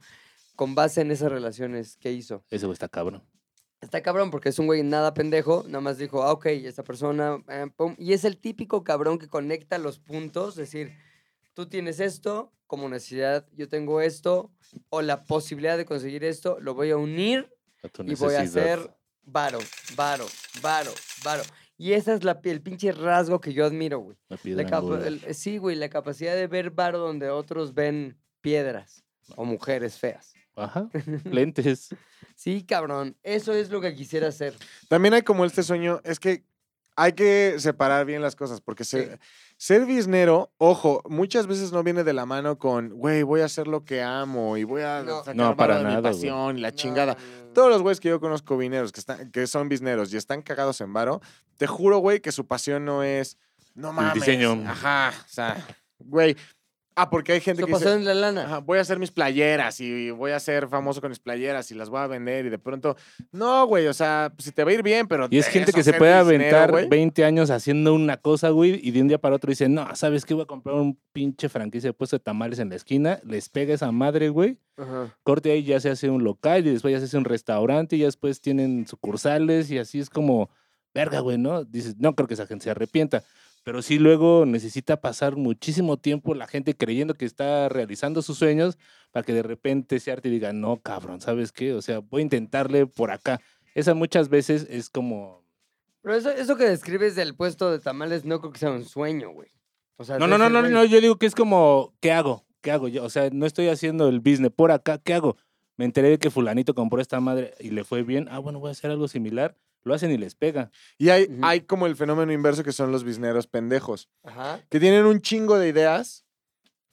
con base en esas relaciones que hizo.
Ese güey está cabrón.
Está cabrón porque es un güey nada pendejo, nada más dijo, ah, ok, esta persona, eh, pum", y es el típico cabrón que conecta los puntos, es decir, tú tienes esto como necesidad, yo tengo esto, o la posibilidad de conseguir esto, lo voy a unir
A tu
y voy a
necesidad.
hacer varo, varo, varo, varo. Y esa es la, pi- el pinche rasgo que yo admiro, güey.
La
La
piedra
capa-
angular.
el- eh, sí, güey, la capacidad de ver varo donde otros ven piedras o mujeres feas.
Ajá. Lentes.
Sí, cabrón, eso es lo que quisiera hacer.
También hay como este sueño, es que hay que separar bien las cosas, porque
Sí.
ser, ser biznero, ojo, muchas veces no viene de la mano con, güey, voy a hacer lo que amo y voy a
No.
sacar
No,
varo
para
de
nada,
mi
güey.
pasión y la
No,
chingada.
no, no.
Todos los güeyes que yo conozco vineros, que, están, que son bisneros y están cagados en varo, te juro, güey, que su pasión no es, no mames.
diseño.
Ajá, o sea, güey. Ah, porque hay gente
Eso
que
pasó
dice,
en la lana.
Ajá, voy a hacer mis playeras y voy a ser famoso con mis playeras y las voy a vender y de pronto, no, güey, o sea, pues, si te va a ir bien, pero...
Y es
de
gente
eso
que se
ser
puede
biznero,
aventar
güey.
20 años haciendo una cosa, güey, y de un día para otro dice, no, ¿sabes qué? Voy a comprar un pinche franquicia de puesto de tamales en la esquina, les pega esa madre, güey,
Ajá.
corte ahí ya se hace un local y después ya se hace un restaurante y ya después tienen sucursales y así es como, verga, güey, ¿no? Dices, no creo que esa gente se arrepienta. Pero sí luego necesita pasar muchísimo tiempo la gente creyendo que está realizando sus sueños para que de repente se arte y diga, no, cabrón, ¿sabes qué? O sea, voy a intentarle por acá. Esa muchas veces es como...
Pero eso, eso que describes del puesto de tamales no creo que sea un sueño, güey. O sea,
No,
de
no, no,
ese
no,
güey.
no, yo digo que es como, ¿qué hago? ¿Qué hago yo? O sea, no estoy haciendo el business por acá, ¿qué hago? Me enteré de que fulanito compró esta madre y le fue bien. Ah, bueno, voy a hacer algo similar. Lo hacen y les pega.
Y hay,
Ujú.
hay como el fenómeno inverso que son los bisneros pendejos,
Ajá.
que tienen un chingo de ideas,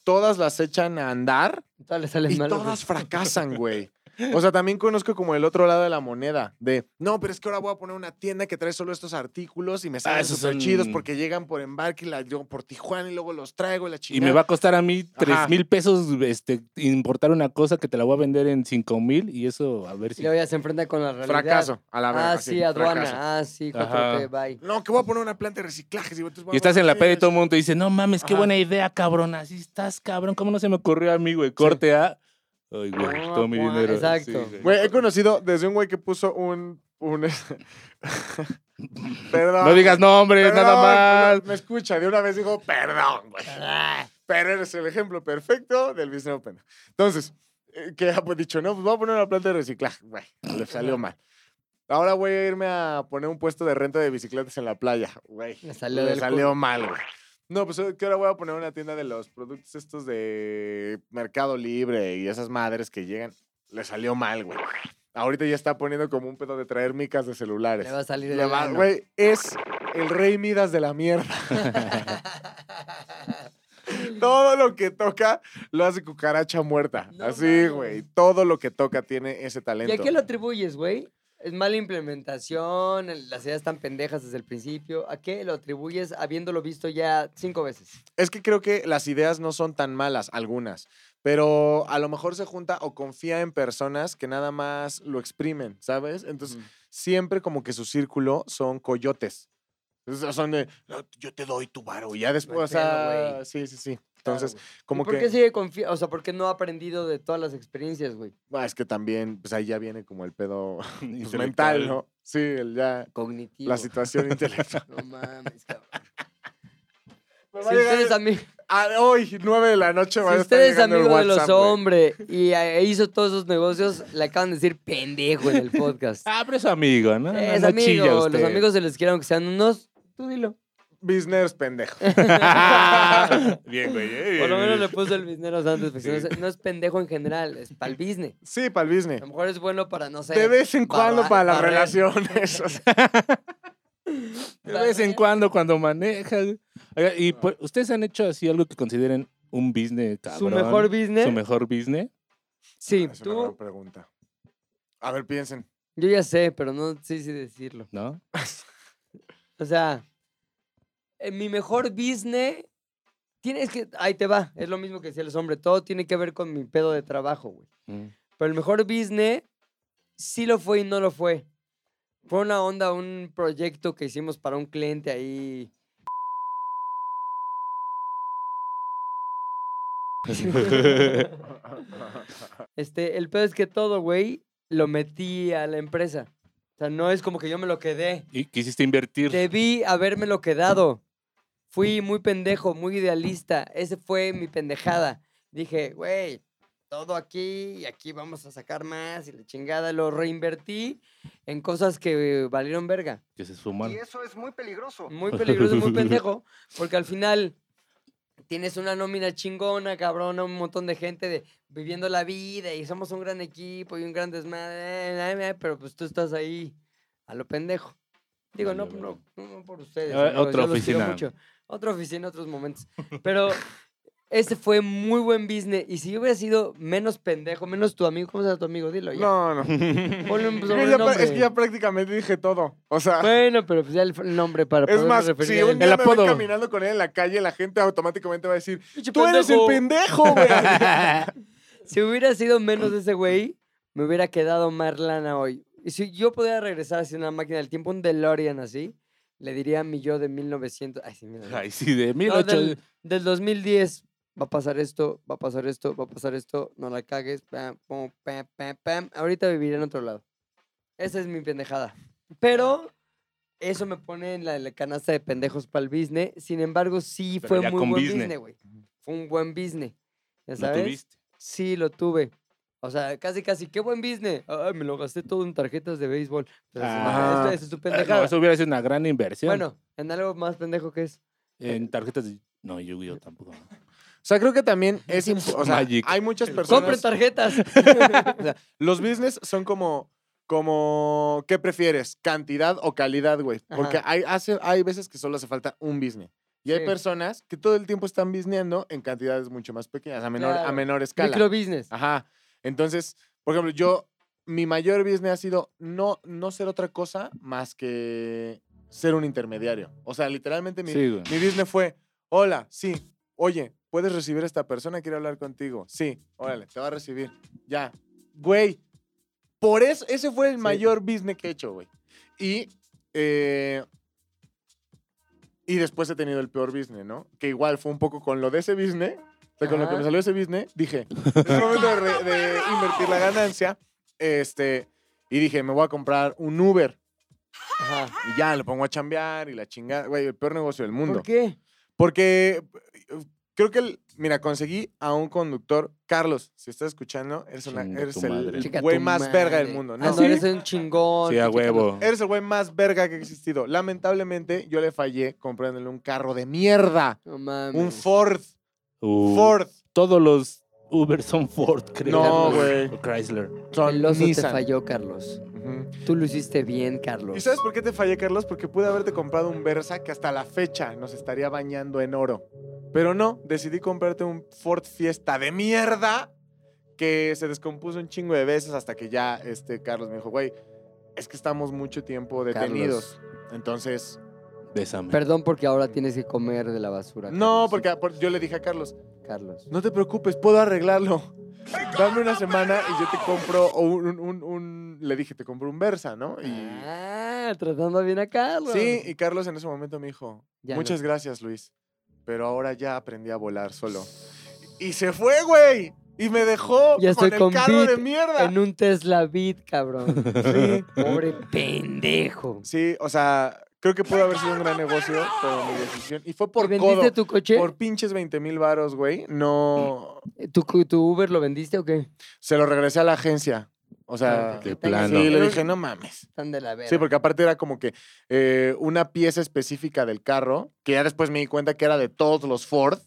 todas las echan a andar
Todas le salen
y
mal. güey.
todas fracasan, güey. O sea, también conozco como el otro lado de la moneda, de, no, pero es que ahora voy a poner una tienda que trae solo estos artículos y me salen
Ah, esos
súper chidos
son-
porque llegan por embarque y la, yo por Tijuana y luego los traigo y la
Y
chingada.
me va a costar a mí tres
Ajá.
mil pesos este, importar una cosa que te la voy a vender en cinco mil y eso a ver
Y
si...
luego ya se enfrenta con la realidad.
Fracaso, a la verga.
Ah, sí, aduana.
fracaso.
Ah, sí,
Ajá.
4T, bye.
No, que voy a poner una planta de reciclaje. si entonces voy
Y
a
estás en la
poner-
peda y todo el mundo te dice, no mames, qué
Ajá.
buena idea, cabrón. Así estás, cabrón. ¿Cómo no se me ocurrió a mí, güey? Corte a... Ay, güey,
Ah,
todo mi
guau,
dinero.
exacto.
Güey, he conocido desde un güey que puso un. un- [laughs] perdón.
No digas nombres,
perdón,
nada más.
Me escucha, de una vez dijo, perdón, güey.
Ah.
Pero eres el ejemplo perfecto del business open. Entonces, eh, que ha dicho, no, pues voy a poner una planta de reciclaje. Güey, le salió mal. Ahora voy a irme a poner un puesto de renta de bicicletas en la playa. Güey,
Le salió
le
del
salió mal, güey. No, pues que ahora voy a poner una tienda de los productos estos de Mercado Libre y esas madres que llegan. Le salió mal, güey. Ahorita ya está poniendo como un pedo de traer micas de celulares.
Le va a salir
Le
el
va-
ano.
Güey, es el rey Midas de la mierda. [laughs] Todo lo que toca lo hace cucaracha muerta.
No
Así,
mames.
güey. Todo lo que toca tiene
[laughs]
ese
¿Y
talento.
a qué lo atribuyes, güey? Es mala implementación, el- las ideas tan pendejas desde el principio. ¿A qué lo atribuyes habiéndolo visto ya cinco veces?
Es que creo que las ideas no son tan malas, algunas. Pero a lo mejor se junta o confía en personas que nada más lo exprimen, ¿sabes? Entonces, siempre como que su círculo son coyotes. O sea, Son de, "No, yo te doy tu varo. Y ya después,
hay
o sea,
pedo, güey.
sí, sí, sí. Entonces,
Claro, güey. ¿Y
como
¿Por
que...
qué sigue confiando? O sea, ¿por qué no ha aprendido de todas las experiencias, güey?
Ah, es que también, pues ahí ya viene como el
[laughs]
[laughs]
pedo [laughs] pues,
Intelectual.
mental, ¿no? Sí, el ya...
Cognitivo.
La
[laughs]
situación intelectual.
No mames, cabrón.
Me va
Si
a llegar
ustedes,
el-
ami-
a- Ah, hoy, 9 de la noche, va
si
a estar
usted es
llegando el
amigo de los
WhatsApp, güey.
hombres y eh, hizo todos esos negocios, le acaban de decir pendejo en el podcast.
Ah, pero es amigo, ¿no? No-
es
no chilla
amigo, los
usted. [laughs]
amigos se les quieran aunque sean unos, tú dilo. [laughs]
Business pendejo.
[laughs] bien, güey. eh,
Por lo menos
bien.
le puso el business antes, porque si no, es- no es pendejo en general, es para el business.
Sí, para el business.
A lo mejor es bueno para, no sé.
De vez en cuando
barra-
para las
barrer.
relaciones. [laughs] o sea,
eh, De vez en cuando, cuando maneja. güey. Oiga, ¿Y pues, ustedes han hecho así algo que consideren un business, cabrón?
Su mejor business.
¿Su mejor business?
Sí,
Ah, es una gran
tú,
pregunta. A ver, piensen.
yo ya sé, pero no sé si decirlo.
¿No?
O sea, en mi mejor business tiene, es que ahí te va, es lo mismo que decía el hombre, todo tiene que ver con mi pedo de trabajo, güey.
[laughs] Mm.
Pero el mejor business sí lo fue y no lo fue. Fue una onda, un proyecto que hicimos para un cliente ahí. Este, el pedo es que todo, güey, lo metí a la empresa. O sea, no es como que yo me lo quedé.
y quisiste invertir.
Debí habérmelo quedado. Fui muy pendejo, muy idealista. Ese fue mi pendejada. Dije, güey, todo aquí y aquí vamos a sacar más y la chingada. Lo reinvertí en cosas que valieron verga.
Que se suman.
Y eso es muy peligroso.
Muy peligroso y muy pendejo, porque al final tienes una nómina chingona, cabrón, un montón de gente de, viviendo la vida y somos un gran equipo y un gran desmadre, eh, eh, pero pues tú estás ahí a lo pendejo. Digo, no,
Vale,
no, no por ustedes.
Ah,
amigos,
otra
yo los quiero
oficina.
mucho. Otra oficina, otros momentos. Pero ese fue muy buen business. Y si yo hubiera sido menos pendejo, menos tu amigo, ¿cómo se llama tu amigo? Dilo ya.
No, no.
Ponle un
[laughs] Es que, ya, pra-
sobrenombre.
es que ya prácticamente dije todo. O sea,
Bueno, pero pues ya el f- nombre para
es
podernos
más,
referir
si
a
un
él.
día
El
me voy
apodo.
caminando con él en la calle, la gente automáticamente va a decir,
Pinche
tú eres el pendejo, güey.
[laughs] Si hubiera sido menos ese güey, me hubiera quedado más lana hoy. Y si yo pudiera regresar hacia una máquina del tiempo, un DeLorean así, le diría a mi yo de 1900. Ay, sí, mira, mira.
Ay, sí, de
No,
1800.
del, del 2010. Va a pasar esto, va a pasar esto, va a pasar esto. No la cagues. Pam, pum, pam, pam, pam. Ahorita viviré en otro lado. Esa es mi pendejada. Pero eso me pone en la, la canasta de pendejos para el business. Sin embargo, sí
Pero
fue
ya
muy
con
buen
business.
business, güey. Fue un buen business. ¿Ya
¿No
sabes?
tuviste?
Sí, lo tuve. O sea, casi, casi, qué buen business. Ay, me lo gasté todo en tarjetas de béisbol. Pero sí, no,
Ah.
esto, esto es tu
Ah, no,
pendejada.
eso hubiera sido una gran inversión.
bueno, en algo más pendejo que es.
En tarjetas de... No, Yu-Gi-Oh tampoco.
[laughs] O sea, creo que también es imp- o sea,
Magic.
hay muchas
¡Compren
personas.
tarjetas! [laughs]
o sea, los business son como, como, ¿qué prefieres? ¿Cantidad o calidad, güey? Porque
Ajá.
hay, hace, hay veces que solo hace falta un business. Y hay
Sí.
personas que todo el tiempo están bisneando en cantidades mucho más pequeñas, a menor, a
Claro.
menor escala.
Microbusiness.
Ajá. Entonces, por ejemplo, yo, mi mayor business ha sido no, no ser otra cosa más que ser un intermediario. O sea, literalmente mi,
Sí, güey.
mi business fue, hola, sí, oye, puedes recibir a esta persona, quiere hablar contigo. Sí, órale, te va a recibir. Ya. Güey, por eso, ese fue el mayor business que he hecho, güey. Y, eh, y después he tenido el peor business, ¿no? Que igual fue un poco con lo de ese business, o sea, con lo que
Ajá.
me salió ese business, dije, es momento de, re- de invertir la ganancia. Este, y dije, me voy a comprar un Uber.
Ajá.
Y ya, lo pongo a chambear y la chingada. Güey, el peor negocio del mundo.
¿Por qué?
Porque eh, creo que, el- mira, conseguí a un conductor. Carlos, si estás escuchando, eres, una-
Chinga
eres
tu madre.
el
Chica,
güey
tu
más verga del
madre.
mundo.
Ah,
No,
no, eres un chingón.
Sí,
chica,
a
no.
huevo.
eres el güey más verga que ha existido. Lamentablemente, yo le fallé comprándole un carro de mierda.
No mames.
Un Ford.
Uh,
Ford.
Todos los Uber son Ford, creo.
No,
Carlos,
güey.
o Chrysler.
Son
El oso
Nissan.
te falló, Carlos.
Ujú.
Tú lo hiciste bien, Carlos.
¿Y sabes por qué te fallé, Carlos? Porque pude haberte comprado un Versa que hasta la fecha nos estaría bañando en oro. Pero no, decidí comprarte un Ford Fiesta de mierda que se descompuso un chingo de veces hasta que ya este Carlos me dijo, güey, es que estamos mucho tiempo detenidos. Entonces,
Bésame.
Perdón porque ahora tienes que comer de la basura.
no,
Carlos.
porque por- yo le dije a Carlos,
Carlos.
no te preocupes, puedo arreglarlo. Dame una semana y yo te compro un, un- un- le dije, te compro un Versa, ¿no? Y
Ah, tratando bien a Carlos.
Sí, y Carlos en ese momento me dijo,
Ya no.
muchas gracias, Luis, pero ahora ya aprendí a volar solo. Y se fue, güey. Y me dejó
Ya
con
estoy
el
con
carro de
Beat
mierda.
En un Tesla Beat, cabrón.
Sí,
[laughs] Pobre pendejo.
sí, o sea, creo que pudo haber sido un gran negocio, pero mi decisión... Y fue por
¿Y vendiste
codo,
tu coche?
por pinches 20 mil varos, güey. No,
¿Tu, cu- ¿Tu Uber lo vendiste o qué?
se lo regresé a la agencia. O
Ah,
sea,
De
sí,
plano.
le dije, no mames.
Están de la verga.
Sí, porque aparte era como que eh, una pieza específica del carro, que ya después me di cuenta que era de todos los Ford.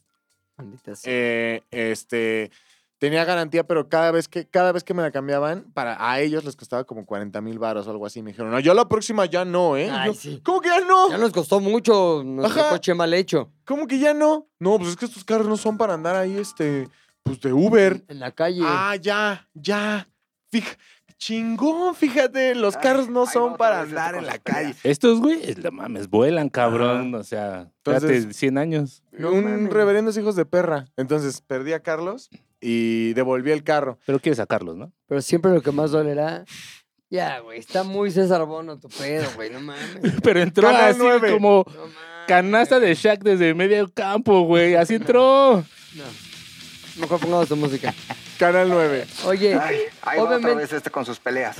Maldita sea.
eh, este tenía garantía, pero cada vez que cada vez que me la cambiaban, para a ellos les costaba como 40 mil baros o algo así. Me dijeron, no, yo la próxima ya no, ¿eh? Y
Ay,
yo,
sí.
¿Cómo que ya no?
Ya nos costó mucho nuestro
Ajá.
coche mal hecho.
¿Cómo que ya no? No, pues es que estos carros no son para andar ahí, este, pues de Uber.
En la calle.
Ah, ya, ya. Fija, chingón, fíjate, los
Ay,
carros no
ahí va
son
otra
para
vez este esta
andar en la
consultoría.
calle.
Estos güeyes, la mames, vuelan, cabrón. O sea,
Entonces-
fíjate, 100 años.
No
un
mames.
reverendos hijos de perra. Entonces perdí a Carlos y devolví el carro.
Pero quieres sacarlos, ¿no?
Pero siempre lo que más dolerá. Ya, güey. Está muy César Bono tu pedo, güey. No mames.
[laughs] Pero entró
Canal
así
nueve.
como
No mames.
canasta de Shaq desde medio campo, güey. Así entró.
No. Mejor pongamos tu música.
Canal 9.
Oye,
Ay, ahí va otra
obviamente,
vez este con sus peleas.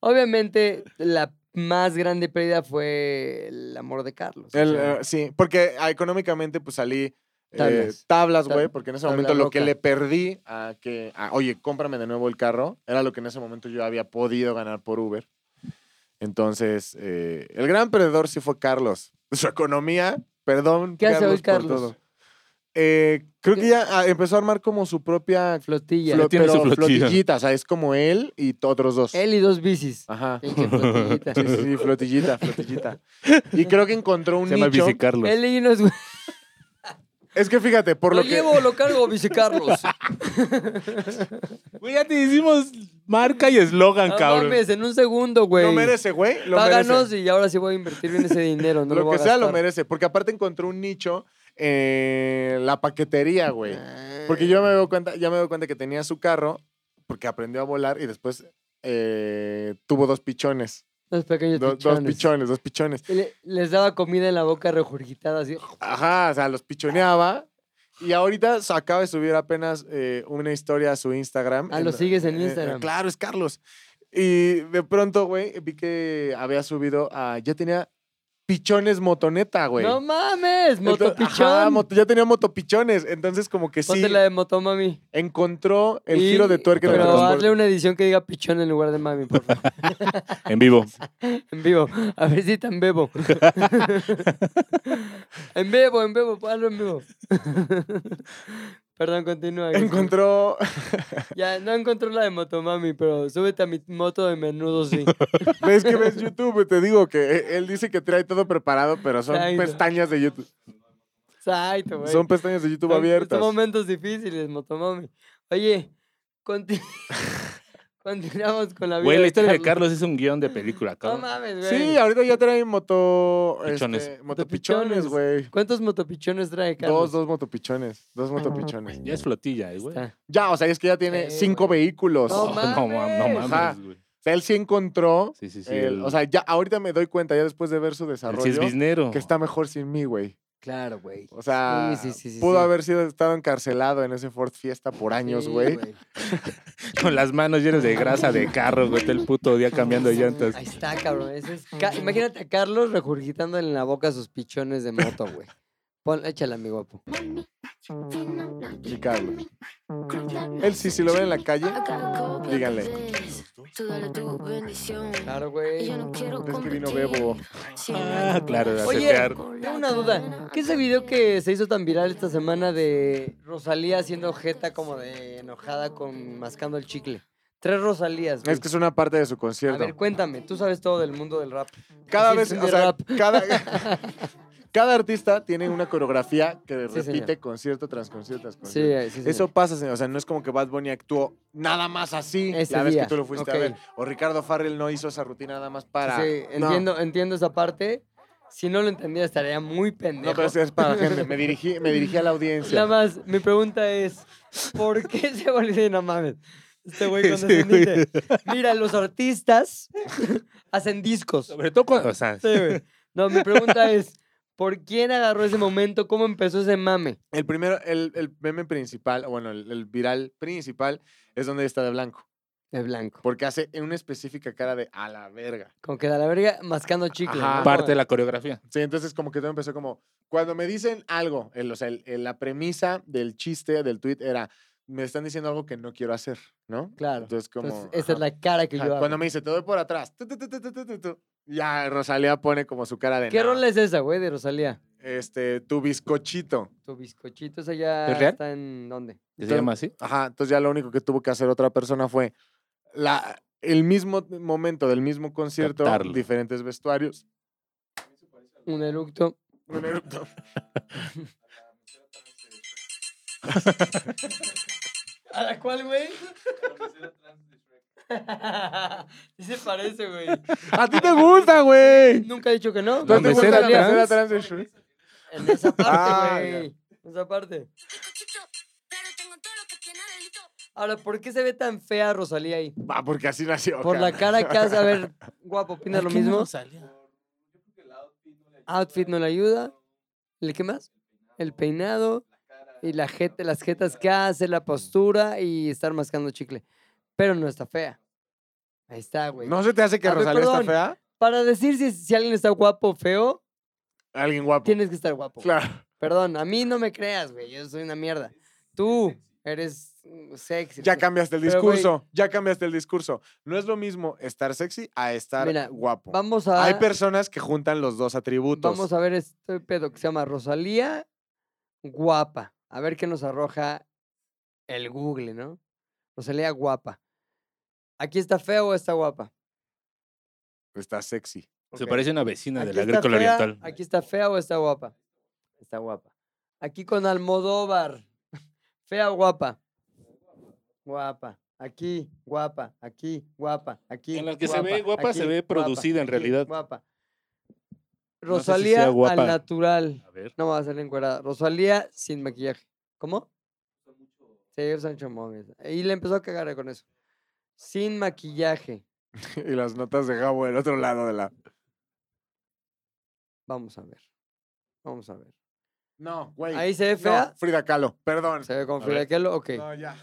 obviamente la más grande pérdida fue el amor de Carlos. o
El,
sea,
eh, sí, porque ah, económicamente pues salí eh,
Tablas.
tablas, güey,
Tab-
porque en ese
tabla
momento lo que
roca.
le perdí a que, a, oye, cómprame de nuevo el carro, era lo que en ese momento yo había podido ganar por Uber. Entonces, eh, el gran perdedor sí fue Carlos. [laughs] Su economía, perdón.
¿Qué hace hoy
por
Carlos?
todo. Eh, creo
¿Qué?
que ya ah, empezó a armar como su propia
flotilla.
flo-
tiene su
pero
flotilla.
flotillita, o sea, es como él y to- otros dos.
Él y dos bicis.
Ajá. Sí,
Pinche flotillita.
Ah. [laughs] sí, sí,
[laughs]
flotillita, flotillita. Y creo que encontró un
Se llama
nicho.
Bici Carlos.
Él y unos... Lo
Es que fíjate, por lo, que...
llevo, lo cargo, bici
[laughs]
Carlos.
Güey, ya te hicimos marca y eslogan,
No
cabrón.
mames, en un segundo, güey.
Ah, Lo merece, güey. Lo
Páganos
merece.
y ahora sí voy a invertir bien ese dinero. No
lo,
lo, voy
que
a
sea lo
gastar.
merece. Porque aparte encontré un nicho en la paquetería, güey.
Ah.
Porque yo me doy cuenta, ya me doy cuenta que tenía su carro, porque aprendió a volar y después eh, tuvo dos pichones.
Los pequeños
Do-
pichones.
Dos pichones, dos pichones.
Y le- les daba comida en la boca regurgitada, así.
Ajá, o sea, los pichoneaba. Y ahorita se acaba de subir apenas eh, una historia a su Instagram.
Ah, ¿lo sigues en Instagram?
claro, es Carlos. Y de pronto, güey, vi que había subido a... Ya tenía pichones motoneta, güey.
¡No mames!
Entonces-
¡Motopichón!
ajá, moto- ya tenía motopichones. Entonces, como que sí,
Ponte la de motomami.
encontró el
Y-
giro de tuerca en el
Pero
transporte.
hazle una edición que diga pichón en lugar de mami, por favor.
[laughs] En vivo.
En vivo. A ver si tan
[laughs]
bebo. en vivo, en vivo, hazlo en vivo. [laughs] Perdón, continúa. Gus.
[laughs] Encontró. [laughs]
Ya, no encontró la de motomami, pero súbete a mi moto de menudo,
[laughs]
sí.
¿Ves que ves YouTube? Te digo que e- él dice que trae todo preparado, pero son
Ay, no.
pestañas de YouTube.
Exacto, güey.
Son pestañas de YouTube
Son-
abiertas.
Son momentos difíciles, motomami. Oye,
[laughs]
conti- [laughs] continuamos con la vida
Güey, la
de
historia de
Carlos.
Carlos es un guión de película,
No
cabrón.
mames, güey.
Sí, ahorita ya traen moto.
Pichones.
este, motopichones,
Motopichones.
güey.
¿Cuántos motopichones trae Carlos?
Dos, dos motopichones. Dos motopichones.
ya es flotilla, eh, güey.
Está.
Ya, o sea, es que ya tiene
Sí,
cinco
güey.
vehículos.
No
Oh, [laughs] no, ma- no
mames.
Ajá.
mames, güey.
O sea, él sí encontró.
Sí, sí, sí.
el-
el-
o sea, ya ahorita me doy cuenta, ya después de ver su
el
desarrollo.
cisbiznero.
que está mejor sin mí, güey.
Claro, güey.
O sea,
Sí, sí, sí, sí,
pudo
sí.
haber sido estado encarcelado en ese Ford Fiesta por años,
Sí,
güey.
Con las manos llenas de grasa de carro, güey. Todo el puto día cambiando
Pues
llantas.
Ahí está, cabrón. Ese es Ca- Imagínate a Carlos regurgitando en la boca sus pichones de moto, güey. Pon, échala, mi guapo.
Y Carlos. Él sí, si lo ven en la calle, díganle.
Tú dale tu bendición.
Claro,
Y
güey.
yo no quiero
Es que vino
competir.
Bebo.
Si
Ah,
no
claro, de
Oye,
aceptar.
Tengo una duda. ¿Qué es ese video que se hizo tan viral esta semana de Rosalía haciendo jeta como de enojada con mascando el chicle? Tres Rosalías, güey.
Es que es una parte de su
A ver,
concierto.
cuéntame. Tú sabes todo del mundo del rap.
Cada
Así
vez,
es
o
de
sea,
rap. [laughs]
cada, cada artista tiene una coreografía que
Sí,
repite
señor.
concierto tras concierto. Tras
Sí,
concierto.
sí, sí.
Eso pasa, señor. o sea, no es como que Bad Bunny actuó nada más así
Ese
la vez
día.
que tú lo fuiste
Ok.
a ver. O Ricardo Farrell no hizo esa rutina nada más para.
Sí,
No.
entiendo, entiendo esa parte. Si no lo entendía, estaría muy pendejo.
No, pero es, es para la gente. Me dirigí, me dirigí a la audiencia.
Nada más, mi pregunta es: ¿por qué [laughs] se volvió no mames? Este
[laughs]
güey
Sí,
condescendiente. Mira, los artistas [laughs] hacen discos.
Sobre todo cuando. O sea,
Sí, güey. No, mi pregunta es: ¿por quién agarró ese momento? ¿Cómo empezó ese mame?
El primero, el, el meme principal, o bueno, el, el viral principal, es donde está de blanco.
De blanco.
Porque hace una específica cara de a la verga.
Como que da la verga mascando chicle.
Ajá.
¿no?
parte de la coreografía.
Sí, entonces como que todo empezó como, cuando me dicen algo, el- o sea, el- el- la premisa del chiste, del tweet era, me están diciendo algo que no quiero hacer, ¿no?
Claro.
Entonces como...
Entonces, esa es
ajá, Ah,
la cara que
ajá.
yo hago.
Cuando me dice, te doy por atrás. tu, tu, tu, tu, tu, tu, tu, tu", Ya, Rosalía pone como su cara de...
¿Qué
"Nah,
rol es esa, güey, de Rosalía?
Este, tu bizcochito.
Tu bizcochito, esa ya
¿Es real?
está en dónde?
¿Qué se
Entonces-
llama así?
Ajá, entonces ya lo único que tuvo que hacer otra persona fue la, el mismo momento del mismo concierto,
Captarlo. [laughs]
diferentes vestuarios.
Un eructo.
Un eructo.
¿A la cual, güey? [laughs] Sí se parece, güey.
¡A ti te gusta, güey!
Nunca he dicho que no.
¿No
La
te gusta
mesera
la
Rosalía?
tercera trans de Shrek?
En esa
Ah,
parte, güey. En esa parte. Ahora, ¿por qué se ve tan fea Rosalía ahí?
Va, Ah, porque así nació.
Por la
cara.
cara que hace. A
[laughs]
ver, guapo, ¿opina lo mismo? Outfit no le ayuda. ¿Le qué más? El peinado y la jeta- las jetas que hace, la postura y estar mascando chicle. Pero no está fea. Ahí está, güey.
¿No se te hace que
A ver,
Rosalía
perdón.
está fea?
para decir si, si alguien está guapo o feo,
Alguien guapo.
tienes que estar guapo. [laughs]
Claro.
Perdón, a mí no me creas, güey. Yo soy una mierda. Tú eres mm, sexy.
Ya cambiaste el
Pero, güey-
discurso. ya cambiaste el discurso. No es lo mismo estar sexy a estar
Mira,
guapo.
Vamos a,
Hay personas que juntan los dos atributos.
vamos a ver este pedo que se llama Rosalía Guapa. A ver qué nos arroja el Google, ¿no? Rosalía Guapa. ¿Aquí está fea o está guapa?
Está sexy. [laughs]
Se
Ok.
parece a una vecina de
Aquí
la
está
agrícola
fea-
oriental.
Aquí está fea o está guapa. Está guapa. Aquí con Almodóvar. [laughs] Fea o guapa. Guapa. Aquí, guapa. Aquí, guapa. Aquí.
En la que se ve guapa, se ve producida en
aquí,
realidad.
Guapa.
No sé si sea
Rosalía
guapa.
al natural.
A ver.
No va a ser encuerada. Rosalía sin maquillaje. ¿Cómo? Sí, usa mucho móvil. Y le empezó a cagar con eso. Sin maquillaje.
Y las notas de Gabo del otro lado de la.
Vamos a ver. Vamos a ver.
No, güey.
Ahí se ve
No,
fea.
Frida Kahlo, perdón.
Se ve con
A
Frida
ver.
Kahlo, ok.
No, ya.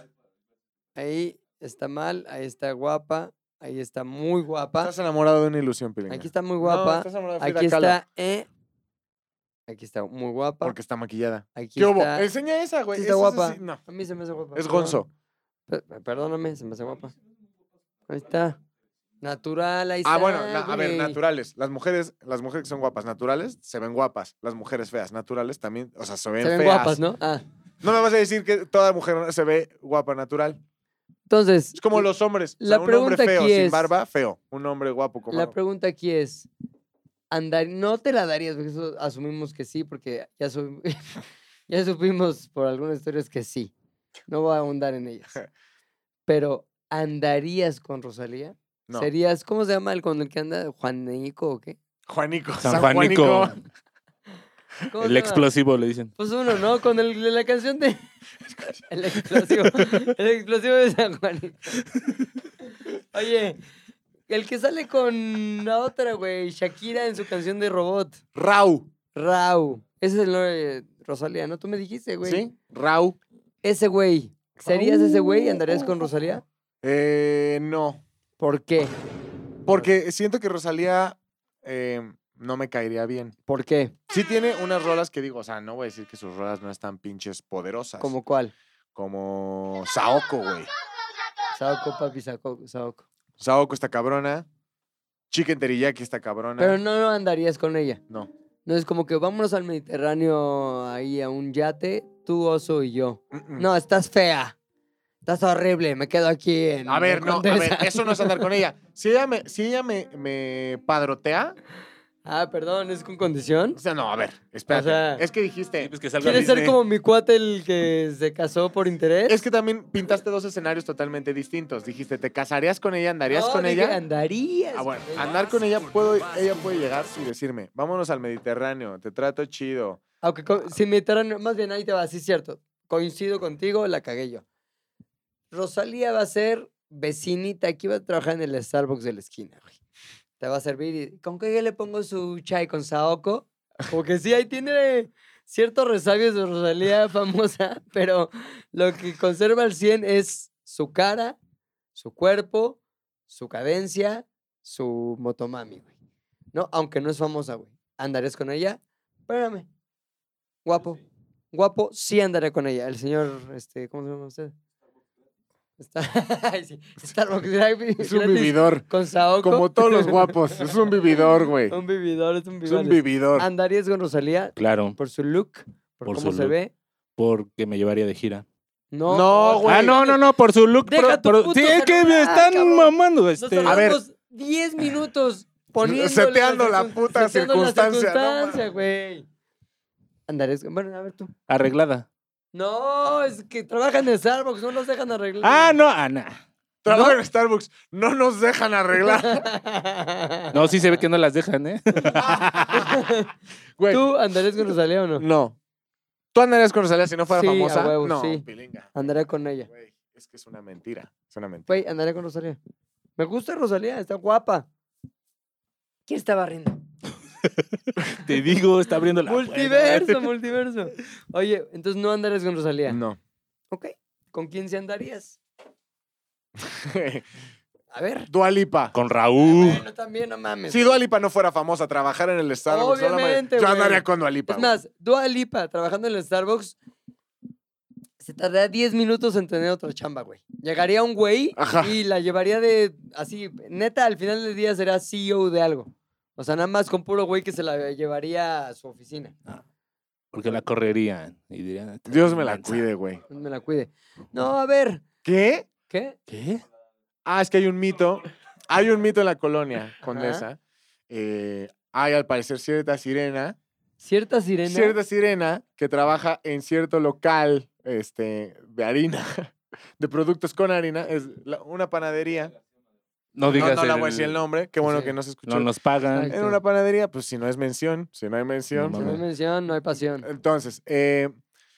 Ahí está mal, ahí está guapa, ahí está muy guapa.
Estás enamorado de una ilusión, Pilinga.
Aquí está muy
No,
guapa.
estás enamorado de Frida
aquí
Kahlo.
está, eh. Aquí está muy guapa.
Porque está maquillada.
Aquí
¿Qué hubo?
está.
Enseña esa, güey.
Sí está
Esa es
guapa.
así- No.
A mí se me hace guapa.
Es
perdón.
Gonzo.
Pe- Perdóname, se me hace guapa. Ahí está. Natural, ahí está.
Ah, bueno, na- a ver,
güey.
naturales. Las mujeres, las mujeres que son guapas, naturales, se ven guapas. Las mujeres feas, naturales también, o sea, se ven,
Se ven
feas.
guapas, ¿no? Ah.
No me vas a decir que toda mujer se ve guapa natural.
Entonces,
Es como los hombres. O
La
sea, un hombre
pregunta
feo
aquí
sin
es-
barba, feo. Un hombre guapo como
la pregunta aquí es, andar, no te la darías, porque eso asumimos que sí, porque ya, su- [laughs] ya supimos por algunas historias que sí. No voy a ahondar en
[laughs]
ellas. Pero, ¿andarías con Rosalía?
no.
¿Serías, cómo se llama el con el que anda? ¿Juanico o qué?
Juanico.
San Juanico.
¿Cómo se
El
llama?
explosivo, le dicen.
Pues uno, ¿no? Con el, de la canción de... El explosivo. El explosivo de San Juanito. Oye, el que sale con la otra, güey, Shakira en su canción de Robot.
Rau.
Rau. Ese es el nombre de Rosalía, ¿no? Tú me dijiste, güey.
¿Sí? Rau.
Ese güey. ¿Serías ese güey y andarías con Rosalía?
Eh, no.
¿Por qué?
Porque siento que Rosalía eh, no me caería bien.
¿Por qué?
Sí tiene unas rolas que digo, o sea, no voy a decir que sus rolas no están pinches poderosas.
¿Como cuál?
Como Saoko, güey.
Saoko, papi, Saoko. Saoko.
Saoko pues, está cabrona. Chicken Teriyaki está cabrona.
Pero no, no andarías con ella.
no.
No es como que vámonos al Mediterráneo ahí a un yate, tú, oso y yo.
Mm, mm.
No, estás fea. Estás horrible, me quedo aquí en.
A ver,
en
no, a ver,
Condesa.
eso no es andar con ella. Si ella me, si ella me, me padrotea,
Ah, perdón, es con condición. [laughs]
o sea, no, a ver, espérate.
sea,
es que dijiste.
Sí, pues que salga
¿Quieres ser
Disney.
como mi cuate el que se casó por interés?
Es que también pintaste dos escenarios totalmente distintos. Dijiste, ¿te casarías con ella? ¿Andarías
No,
con
dije,
ella?
Andarías.
Ah, bueno,
con ella.
andar con ella
Vas,
puedo,
vas,
ella
tú
puede llegar
vas.
y decirme, vámonos al Mediterráneo, te trato chido.
Aunque co- sin Mediterráneo, más bien ahí te va, sí, es cierto. Coincido contigo, la cagué yo. Rosalía va a ser vecinita, aquí va a trabajar en el Starbucks de la esquina, güey. Te va a servir y ¿con qué le pongo su chai con saoco? Porque sí, ahí tiene ciertos resabios de Rosalía famosa, [laughs] pero lo que conserva al 100 es su cara, su cuerpo, su cadencia, su motomami, güey. No, aunque no es famosa, güey. ¿Andarías con ella? Espérame. Guapo. Guapo, sí andaré con ella. El señor, este, ¿cómo se llama usted? Está, [laughs] ay, sí, Starbucks gratis-
[laughs] Es un
gratis
vividor.
Con Saoko.
Como
[laughs]
todos los guapos. Es un vividor, güey.
un vividor, es un
Es
vividor.
un vividor.
¿Andarías con Rosalía
Claro,
por su look? ¿Por,
Por
cómo
su
se
look.
ve?
porque me llevaría de gira.
No.
No,
otra
güey.
Ah,
vez.
no, no, no, por su look.
Deja
pro-
tu
pro-
puto
sí, es que me
celular,
están
cabrón.
mamando.
Nos
Este.
A ver.
tardamos 10 minutos poniendo.
Seteando la puta circunstancia, no mames.
güey. Andarías con- Bueno, a ver tú.
Arreglada.
No, es que trabajan en Starbucks, no los dejan arreglar.
Ah, no, ah, nah.
Trabajo en Starbucks. No nos dejan arreglar.
[laughs]
No, sí se ve que no las dejan, ¿eh? [laughs]
Güey.
¿Tú andarías con Rosalía o no?
No. ¿Tú andarías con Rosalía si no fuera
Sí, a
famosa?
huevo,
no,
sí.
pilinga.
Andaré con ella.
Güey, es que es una mentira. Es una mentira.
Güey, andaré con Rosalía. Me gusta Rosalía, está guapa. ¿Quién está barriendo?
Te digo, está abriendo la puerta.
Multiverso, multiverso. Oye, entonces no andarías con
[laughs]
Rosalía.
No.
Ok. ¿Con quién se andarías? A ver.
Dualipa.
Con Raúl.
Bueno, también, no mames.
Si Uh. Dualipa no fuera famosa, trabajar en el Starbucks. no la madre,
Obviamente,
yo
güey.
andaría con Dualipa.
Es más, Dua Lipa trabajando en el Starbucks se tardaría 10 minutos en tener otra chamba, güey. Llegaría un güey
Ajá.
y la llevaría de así, neta, al final del día será CEO de algo. O sea, nada más con puro güey que se la llevaría a su oficina.
Porque la correrían. Y dirían,
Dios me la
"Lanza".
cuide, güey.
Dios Me la cuide. No, a ver,
¿Qué?
¿qué?
¿Qué?
Ah, es que hay un mito. Hay un mito en la colonia condesa.
Ajá.
Eh, hay al parecer cierta sirena.
Cierta sirena.
Cierta sirena que trabaja en cierto local este, de harina, [laughs] de productos con harina. Es la- una panadería.
No
No,
digas
no la voy a decir el nombre. Qué bueno
Sí.
que no se
No
escuchó.
nos pagan.
Ay.
En una panadería, pues si no es mención, si no hay
Si
mención.
No
no hay
mames.
mención, no hay pasión.
Entonces, eh,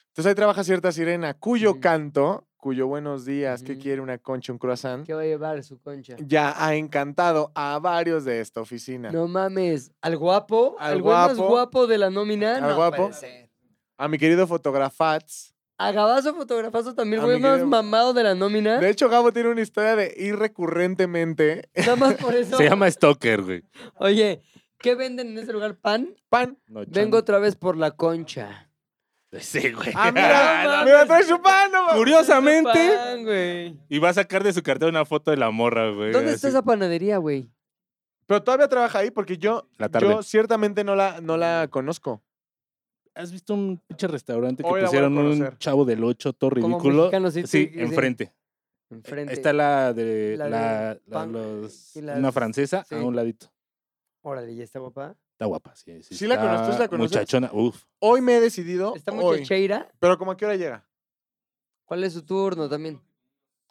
entonces ahí trabaja cierta sirena cuyo
Ujú.
canto, cuyo buenos días, que
Ujú.
quiere una concha, un croissant,
¿Qué va a llevar su concha?
ya ha encantado a varios de esta oficina.
No mames. ¿Al guapo?
Al
¿Al, güey más
guapo.
guapo de la nómina?
Al
No
guapo.
puede ser.
A mi querido Fotografats.
A Gabazo fotografazo también,
A
el güey
mi
más
querido-
mamado de la nómina.
De hecho, Gabo tiene una historia de ir recurrentemente. eh,
Nada más
[laughs]
por eso.
[laughs] Se llama Stalker, güey.
Oye, ¿qué venden en ese lugar? ¿Pan?
[laughs]
Pan.
No, chon-
Vengo otra vez por la concha.
Sí, güey.
Ah, mira,
mames.
mira, trae su pan, no mames.
Curiosamente.
Pan, güey.
[laughs] Y va a sacar de su cartera una foto de la morra, güey.
¿Dónde
así.
está esa panadería, güey?
Pero todavía trabaja ahí porque yo,
La tarde.
yo ciertamente no la, no la conozco.
¿Has visto un pinche restaurante que
Hoy la voy a
pusieron un
conocer.
chavo del 8 todo
Como
ridículo?
mexicano, sí,
Sí,
sí, sí.
enfrente.
Enfrente.
Está la de
La
la,
de
la-
pan-
los-
y las-
una francesa
sí.
a un ladito.
Órale, ¿ya está guapa?
Está guapa, sí. Sí,
¿Sí la
está
conoces? ¿La conoces?
Muchachona, uff.
Hoy me he decidido.
¿Está
hoy.
muchacheira?
Pero como a qué hora llega?
¿Cuál es su turno también?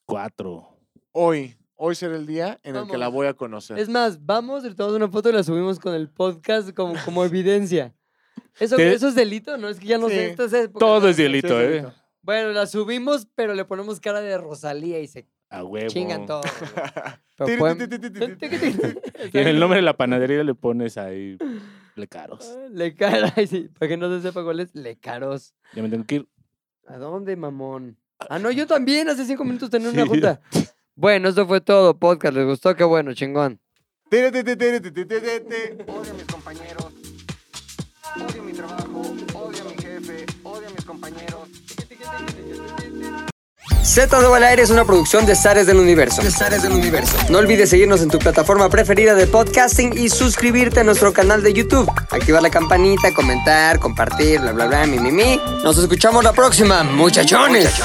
Cuatro.
Hoy. Hoy será el día en el que la
Vamos.
voy a conocer.
Es más, vamos, le tomamos una foto y la subimos con el podcast como,
[laughs]
como evidencia. ¿Eso,
Te-
¿Eso es delito? No, es que ya no
Sí.
sé. Estas épocas,
Todo
¿no?
es delito,
Sí, es
¿eh?
delito.
Bueno, la subimos, pero le ponemos cara de Rosalía y se
A huevo.
Chingan todo.
[laughs]
Tiri,
pueden-
tiri, tiri, tiri, tiri.
Y en el nombre de la panadería le pones ahí pues, lecaros.
Le cara, [laughs] ay, sí, para que no se sepa cuál es, le caros.
Ya me tengo que ir.
¿A dónde, mamón? Ah, no, yo también, hace cinco minutos tenía una
Sí. [laughs]
junta. Bueno, eso fue todo, podcast, les gustó, qué bueno, chingón.
Tiri, tiri, tiri, tiri, tiri, tiri.
Odio a mis compañeros. Odio mi trabajo. Odio a mi jefe. Odio a mis compañeros.
Z al aire es una producción de Zares del Universo. del Universo. No olvides seguirnos en tu plataforma preferida de podcasting y suscribirte a nuestro canal de YouTube. Activar la campanita, comentar, compartir, bla, bla, bla, mi, mi, mi. Nos escuchamos la próxima, muchachones.